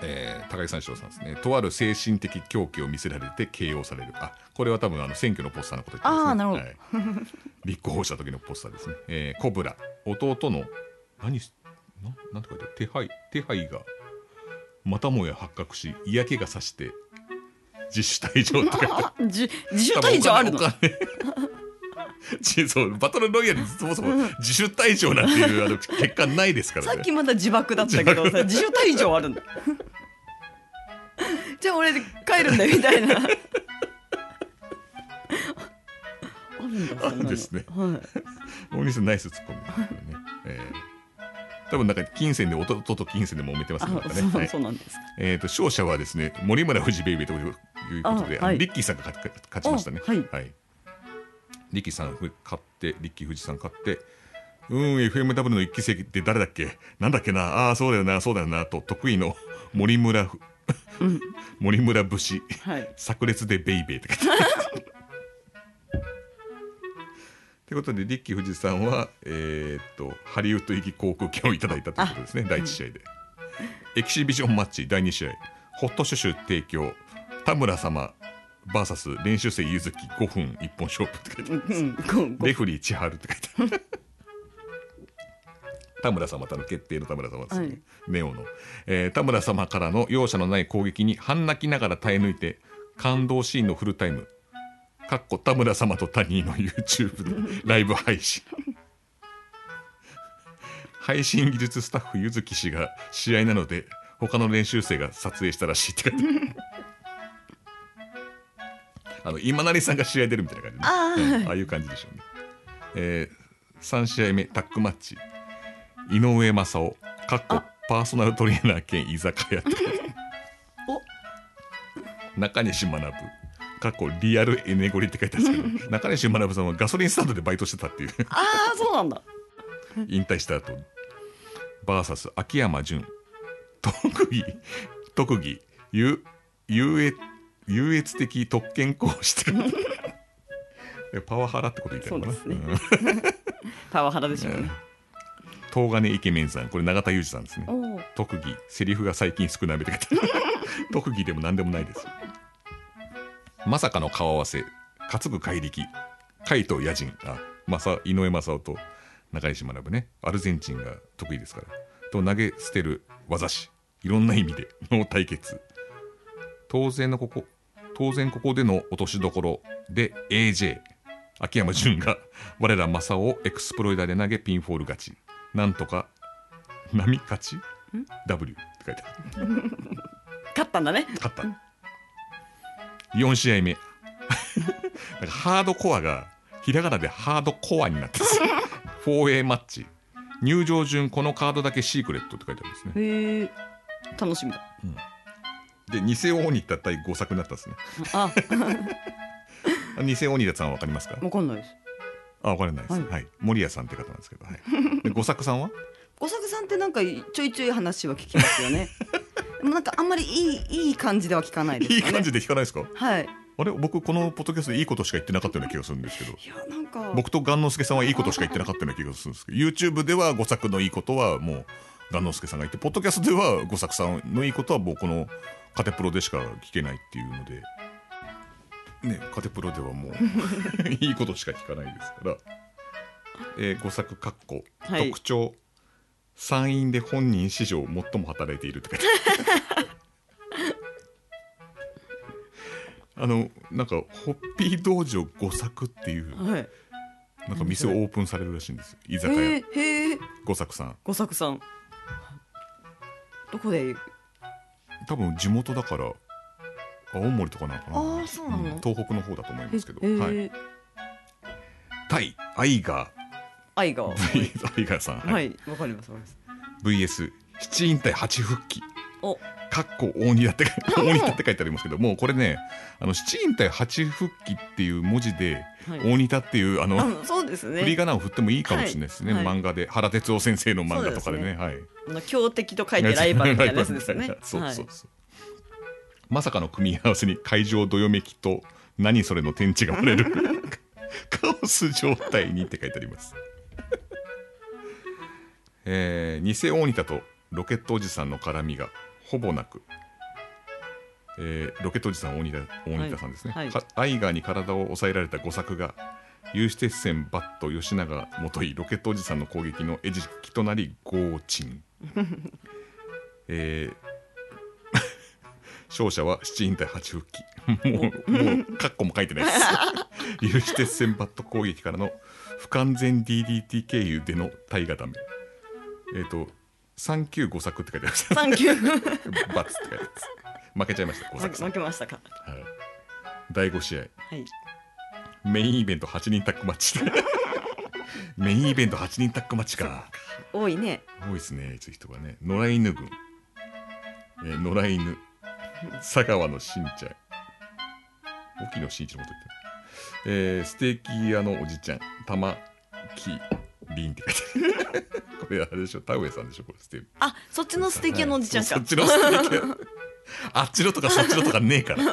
えー高木三四郎さんですねとある精神的狂気を見せられて形容されるあこれは多分あの選挙のポスターのこと言ってますね
あーなるほど
はい立候補した時のポスターですね。えー、コブラ弟の何しななんて書いてある手配手配がまたもや発覚し嫌気がさして自主退場って書いてある。
じ自主退場あ るの
お金ちそうバトルロイヤルにそもそも自主退場なんていうあの結果ないですから
さ
ね
っきまだ自爆だったけどさ自主退場あるんだ じゃあ俺帰るんだよみたいなあるんだそんなの
あるんですね
はい
大西さんナイスツッコミですね、えー多分なんか金銭で弟と金銭で揉めてますねなんか
あ
ね
そう
はい
そうなんです
えー、と勝者はですね森村富士ベイベーということで、
あはい
リッキーさんが勝勝勝ちましたね、
あはい
リッキーさんふ勝ってリッキー富士さん勝ってうん FMW の一期生って誰だっけなんだっけなああーそうだよなそうだよなと得意の森村ふ 森村節
はい
炸裂でベイベーって書いてある ということでリッキー富士さんは、えーっとハリウッド行き航空券をいただいたということですね第1試合で、エキシビジョンマッチ第2試合ホットシュシュ提供田村様 VS 練習生ゆずき5分一本勝負って書いてある
うんごご
レフリー千春って書いてある 田村様との決定の田村様ですね、
はい
ネオの、えー田村様からの容赦のない攻撃に半泣きながら耐え抜いて感動シーンのフルタイムかっこ田村様とタニーの YouTube でライブ配信配信技術スタッフゆずき氏が試合なので他の練習生が撮影したらしいって書いてあ るあの今成さんが試合出るみたいな感じ、ねうんああいう感じでしょうね、え3試合目タックマッチ井上正雄かっこパーソナルトレーナー兼居酒 屋って書いてある中西学かっこリアルエネゴリって書いてあるんですけ ど中西学さんはガソリンスタンドでバイトしてたっていう
ああそうなんだ
引退した後 VS 秋山純特技特技優優越優越的特権行 使ってるでパワハラってこと言ってるのかな
そうです
うん
パワハラでしょうね
東金イケメンさんこれ永田裕二さんですね
おう
特技セリフが最近少なめ って書いてある特技でも何でもないですまさかの顔合わせ担ぐ怪力海と野人あ正井上正雄と中西学ねアルゼンチンが得意ですからと投げ捨てる技師いろんな意味での対決当然のここ当然ここでの落としどころで AJ 秋山純が我ら正雄をエクスプロイダーで投げピンフォール勝ちなんとか波勝ち W って書いてある
勝ったんだね
勝った4試合目 なんかハードコアがひらがなでハードコアになっ てます 4A マッチ入場順このカードだけシークレットって書いてあるんですね
へえ楽しみだ
で偽鬼だった第5作になったんですね
あ
あ偽鬼ださんは分かりますか
わかんないです
あ分からないです、は
はいい
森谷さんって方なんですけど、はい、で5作さ んは
小作さんってなんかちょいちょい話は聞きますよ ねでもなんかあんまりいいいい感じでは聞かないです
いい
よね
感じで弾かないですか
はい
あれ僕このポッドキャストでいいことしか言ってなかったような気がするんですけど
いやなんか
僕と雁之助さんはいいことしか言ってなかったような気がするんですけど YouTube では五作のいいことはもう雁之助さんが言ってポッドキャストでは五作さんのいいことはもうこの「カテプロ」でしか聞けないっていうのでねカテプロではもういいことしか聞かないですから、えー、五作括弧
はい
特徴参院で本人史上 最も働いているって書いてあるあのなんかホッピー道場五作っていう
はい。
なんか店をオープンされるらしいんですよ居
え
酒屋
ー、へえ。
五作さん
五作さん。どこで。
多分地元だから青森とかなのかな
あーそうなの
ん東北の方だと思いますけど、
えー
はい、タイアイガ
愛 が。は
ーアイガーさん、
い、わ、
はい
かります。わかります。
VS7 引退8復帰
お、
かっこ大仁田って大仁田って書いてありますけどもうこれねあの7引退8復帰っていう文字で
はい。
大仁田っていうあの、
あ、そうです
振り
ね。
仮名を振ってもいいかもしれないですね、
はいはい
漫画で原哲夫先生の漫画とかでねはい
あの強敵と書いてライバルみたいなやつですよね
ライバルみたいな。 そ
は
うそう
い。
そう、まさかの組み合わせに会場どよめきと何それの天地が割れる カオス状態にって書いてありますえー、偽大仁田とロケットおじさんの絡みがほぼなく、えーロケットおじさん大仁田大仁田さんですね、
はいはい
かアイガーに体を抑えられた五作が有刺鉄線バット吉永元井ロケットおじさんの攻撃の餌食となり合鎮えー 勝者は7引対8復帰もうもうカッコも書いてない です有刺鉄線バット攻撃からの不完全 DDT 経由での大河ダメえっ、と395作って書いてあります
サンキュー。
バツって書いてあります負けちゃいました5作 さん
負、けましたか。
はい第5試合
はい。
メインイベント8人タッグマッチメインイベント8人タッグマッチか
多いね。
多いですねつい人がね野良犬軍、えー、野良犬佐川のしんちゃん沖野しんいちのこと言ってる、えー、ステーキ屋のおじちゃん玉木凛って書いてあるこれあれでしょ田植さんでしょこれステーキ
あ、そっちのステーキ屋のおじちゃん
そ
か
う。そっちのステーキ屋あっちのとかそっちのとかねえから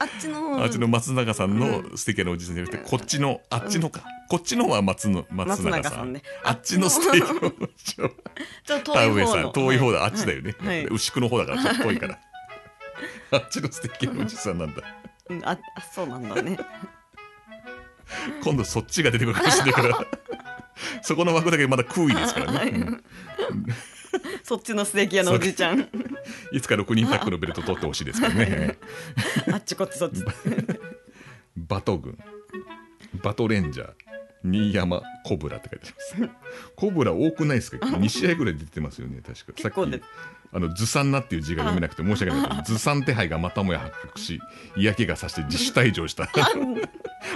あっちの。
あっちの松永さんのステーキ屋のおじさんじゃなくて、こっちのあっちのか、こっちのは松の松永さん
松永さんね
あっちのステーキ屋のおじさん
ちょっと
田
遠
植
い方
さ
の。
ん 遠い方だ、
は
あっちだよね、
はい
牛久の方だからちょっと遠 いからあっちのステーキ屋のおじさんなんだ
うんあ、あそうなんだね。
今度そっちが出てくるかもしれな いからそこの枠だけまだ空位ですからね、うん
そっちのステーキ屋のおじちゃん。
いつか6人タックのベルト取ってほしいですからね
あっちこっちそっ ち。
バト軍バトレンジャー新山コブラって書いてあります コブラ多くないですか2試合ぐらい出てますよね確か
結構
さっ
出
き
て
あのずさんなっていう字が読めなくて申し訳 ないけどずさん手配がまたもや発覚し嫌気がさして自主退場した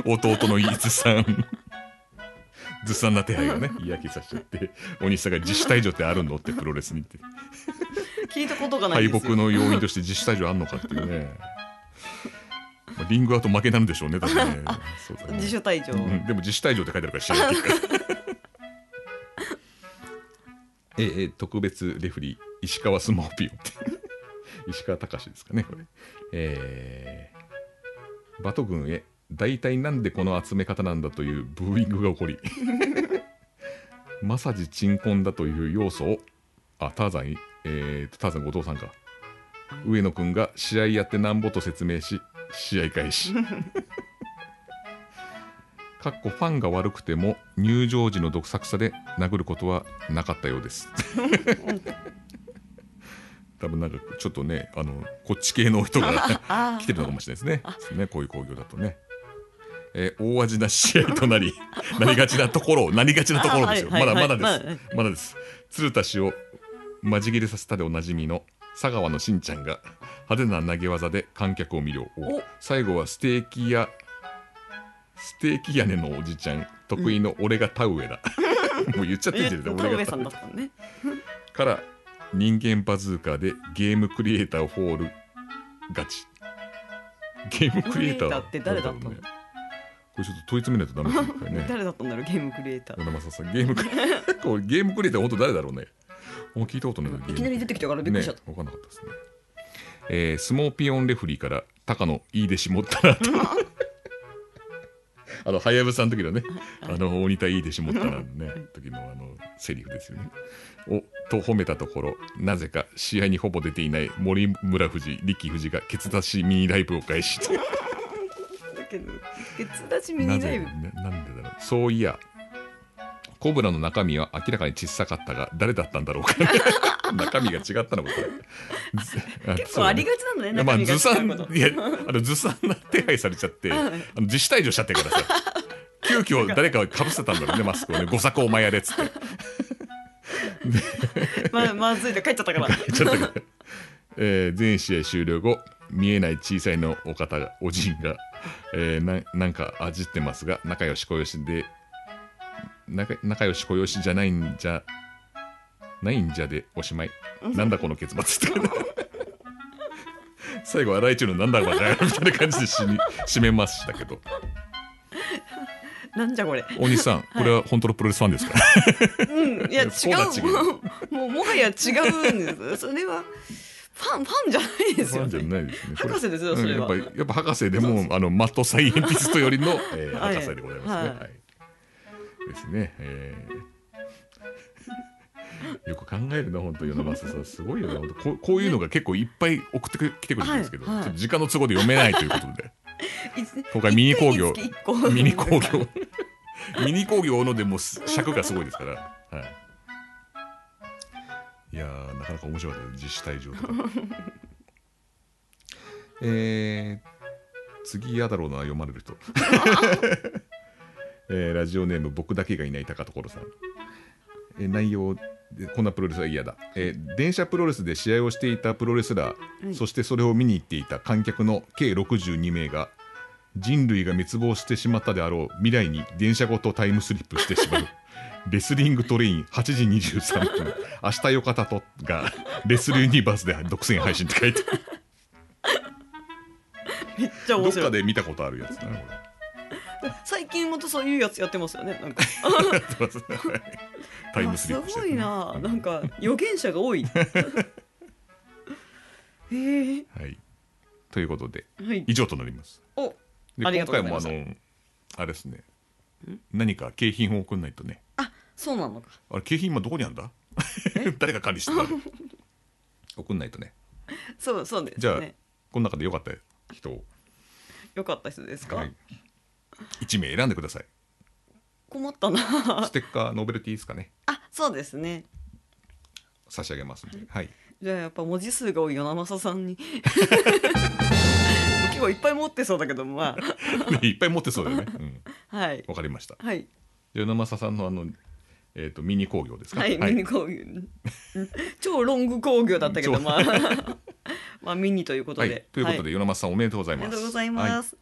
弟の伊豆さんずさんな手配 がね嫌気させちゃって大西さんが自主退場ってあるのってプロレスにって
聞いたことがない
敗
ですよ。
北の要因として自主退場あんのかってい うねまあリングアウト負けなんでしょうね多分 ねそうだね
自主退場。
うん、でも自主退場って書いてあるから知らないええ特別レフェリー石川スモーピオンって石川隆ですかねこれえー、バト軍へ大体なんでこの集め方なんだというブーイングが起こりまさじ鎮魂だという要素をあターザンいえーとターザン後藤さんか上野くんが試合やってなんぼと説明し試合開始かっこファンが悪くても入場時のどさくさで殴ることはなかったようです多分なんかちょっとねあのこっち系の人が
あ
来てるのかもしれないですねですねこういう興行だとね、えー大味な試合と なりなりがちなところなりがちなところですよ、
あはいはい
まだま
は
だ
い
です、
はい
まだです鶴田氏をまじ切れさせたでおなじみの佐川のしんちゃんが派手な投げ技で観客を魅了
お
最後はステーキ屋ステーキ屋根のおじちゃん得意の俺が田植 えだ、もう言っちゃってんじゃねえか
田
俺
上
が田
さん
植
だったのね。
えから人間バズーカでゲームクリエイターをフォール勝ちゲームクリエイターは
クリエイターって誰だったの
ねこれちょっと問い詰めないとダメですねこれね
誰だったんだろうゲームクリエイター。
山正さんゲームクリ これゲームクリエイター本当誰だろうねあんま聞いたことない
いきなり出てきたからびっくりしちゃった
ね、分かんなかったですねえー、スモーピオンレフリーから高野いいでしもった なとあのはやぶさんの時のねあの大仁田いいでしもったなのね時のあのセリフですよねおと褒めたところなぜか試合にほぼ出ていない森村富士力富士がケツ出しミニライブを開始
だけど、月出しミ
な
ニ
ぜ
ライブ。
ななんでだろうそういやコブラの中身は明らかに小さかったが誰だったんだろうか 中身が違ったのかこれ
結構ありがちなのね、中
まあ、
身が
ずさん
違うこと、
いや、あの、ずさんな手配されちゃって、
ん
あの、自主退場しちゃってるからさ。急遽誰かかぶせたんだろうね、マスクをね、ご作お前やれっつって。
まあ、まずいと帰っちゃったから。
ちょっとね、 えー全試合終了後、見えない小さいのお方が、おじんが、えーな、なんか味ってますが、仲良し小良しで、仲仲良し小良しじゃないんじゃ、ないんじゃでおしまい。なんだこの結末って。 最後、荒井中のなんだバカやみたいな感じで締に締めましたけど。
なんじゃこ れ。
大西さん、これは本当のプロレスファンですか
うん、いや、違
そうだ違
う。もう、もうもはや違うんです。それは。ファン、ファンじゃないです
フ
よ
ァンじゃ
ね。
ないですね。
博士ですよそれは
うんやっぱやっぱ博士でもあのマットサイエンティストより の、えー
はい
博士でございますね。
はい
はいですね。えー よく考えるな本当米正さんすごいよな本当こうこういうのが結構いっぱい送ってく来てくれてるんですけど、
はいはい
ちょっと時間の都合で読めないということで
いつ
今回ミニ工業
一個一個
ミニ工業 ミニ工業のでもす尺がすごいですから、はい、いやーなかなか面白かったです実施退 場とかえー、次嫌だろうな読まれる人 えーラジオネーム僕だけがいない高所さんえー内容でこんなプロレスは嫌だ、えー電車プロレスで試合をしていたプロレスラー、そしてそれを見に行っていた観客の計62名が人類が滅亡してしまったであろう未来に電車ごとタイムスリップしてしまうレスリングトレイン8時23分明日よかたとがレスリーユニバースで独占配信って書いてある
めっちゃ
ど
面
っ
白
か
い。
で見たことあるやつだなこれ
最近もとそういうやつやってますよね。なんか。
タイムスリッ
あ
プし
す
て
ごい
る
な。なんか予言者が多 い。えー、
はい、ということで
はい
以。上となります
お。
で
ありがと
今
うご
回
ざいま
もあ
す
のあれですね何か景品を送んないとね
あそうなのか
あれ景品今どこにあるんだ 誰が管理してるんだあれ送んないとね
そう、そうですね。
じゃあ、この中で良かった人を、
良かった人ですか。
はい、1名選んでください
困ったな。
ステッカーノベルティですかね
あ、そうですね。
差し上げますんで、はい、
じゃあやっぱ文字数が多いよなまささん に。結構いっぱい持ってそうだけどま
いっぱい持ってそうだよね、うん、
あはい
わかりました
はい
じゃあ生ささんのあのえっ、とミニ工業ですか
はい、ミニ工業超ロング工業だったけ
超
どまあ まあミニということ
は
で、
い、ということで、
はい
与那正さんおめでとうござ
あ
い
り
ます
がとうござい
は
ます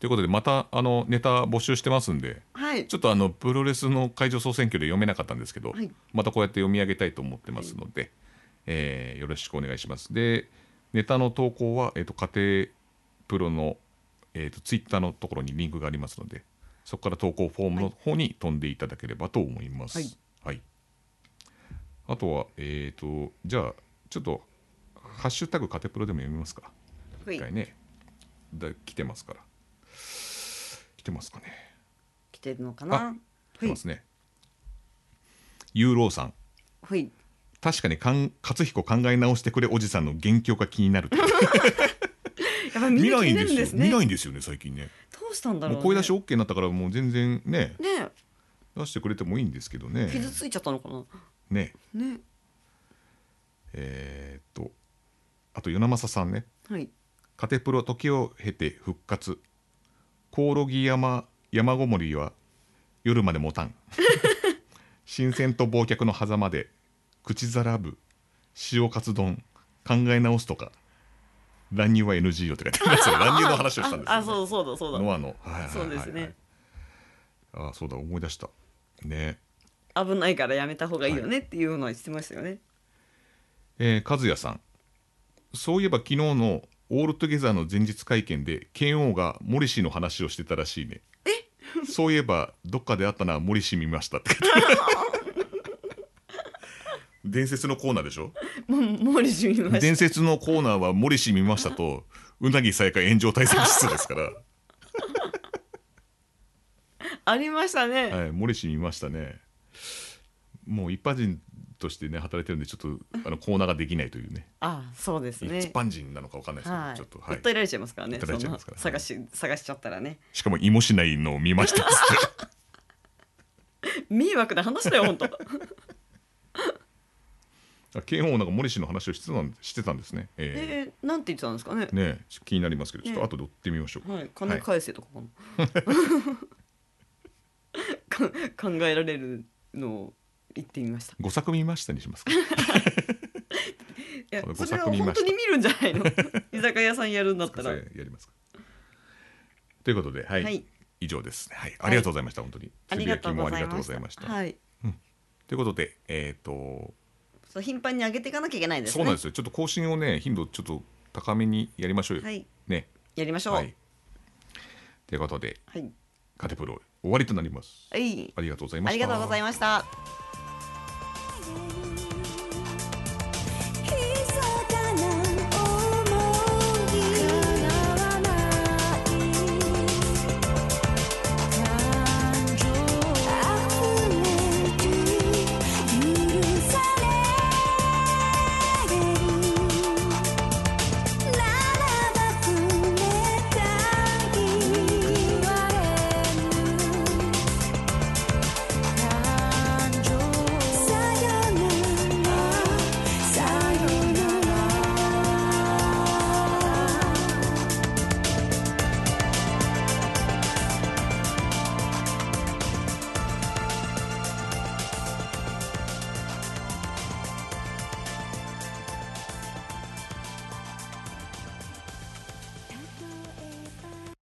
ということでまたあのネタ募集してますんで
はい
ちょっとあのプロレスの会場総選挙で読めなかったんですけど、
はい
またこうやって読み上げたいと思ってますので、えーよろしくお願いします。でネタの投稿は、えー、と家庭プロの、えー、とツイッターのところにリンクがありますのでそこから投稿フォームの方に飛んでいただければと思います。
は
はいいあとは、えー、とじゃあちょっと「ハッシュタグ家庭プロ」でも読みますか。
はい
一回ねだ来てますから来てますかね。
来てるのかな
来てますね。ユーローさん
はい
確かにかん勝彦考え直してくれおじさんの元凶が気になるって
やっぱミニ
見
気
ない
に
ん
なる
で
ん
す
で
よ
す
見
ね
ないんですよね最近ね
どうしたんだろう、
もう
ね、
声出し OK になったからもう全然ね
ね
出してくれてもいいんですけどね
え傷ついちゃったのかな
ね
ね
えーっとあと与那正さんね
はい
カテプロ時を経て復活コオロギ山山ごもりは夜まで持たん新鮮と忘却の狭間で口皿部塩カツ丼考え直すとか乱入は NG よって書いてありますよ乱入の話をしたんですよ、ね、
あそうそうだそうだ
ノアの、はいはいはいはい
そうですね
あそうだ思い出したね
危ないからやめた方がいいよねっていうのは言ってましたよね、
えー、和也さんそういえば昨日のオールトゥゲザーの前日会見で剣王がモリシーの話をしてたらしいねえそういえばどっかであったなモリシー見ましたって書いてある伝説のコーナーでしょ
もうモリシー見まし
伝説のコーナーはモリシー見ましたとうなぎさやか炎上対策室ですから
たありましたね、
はい、モリシー見ましたね。もう一般人としてね働いてるんでちょっとあのコーナーができないというね
あそうですね
一般人なのかわかんないですけど、
はい
ちょっと、はい、
訴えられちゃいますからね
訴えられちゃいますから
そんな探し探しちゃったらね
しかも芋しないのを見ましたっつって
迷惑な話だよ本当
慶応なんか森氏の話をしてたんしてたんですね。 え
えー、なんて言ってたんですかね
えねえちょっと気になりますけどちょっと
ね
後で追ってみましょうか。
はい、金返せとか かなか考えられるのを言ってみました
5作見ましたにしますか
いや
この
そ
五
れは
作見
本
ました
当に見るんじゃ ないの居酒屋さんやるんだったら
やりますかということで、はい
はい
以上ですね、はい、ありがとうございました、本当に
ありがとうござい
つぶやきもありがと
ま
うご
した
ざいました。
はい
ということで、えーと
そう頻繁に上げていかなきゃいけないです
そ
ね
うなんですよちょっと更新をね頻度ちょっと高めにやりましょうよ。
はい
ね
やりましょうは
はいい、ということで
はい、
カテプロ終わりとなります。
はい、
ありがとうございま
あ
し
り
た
がとうございました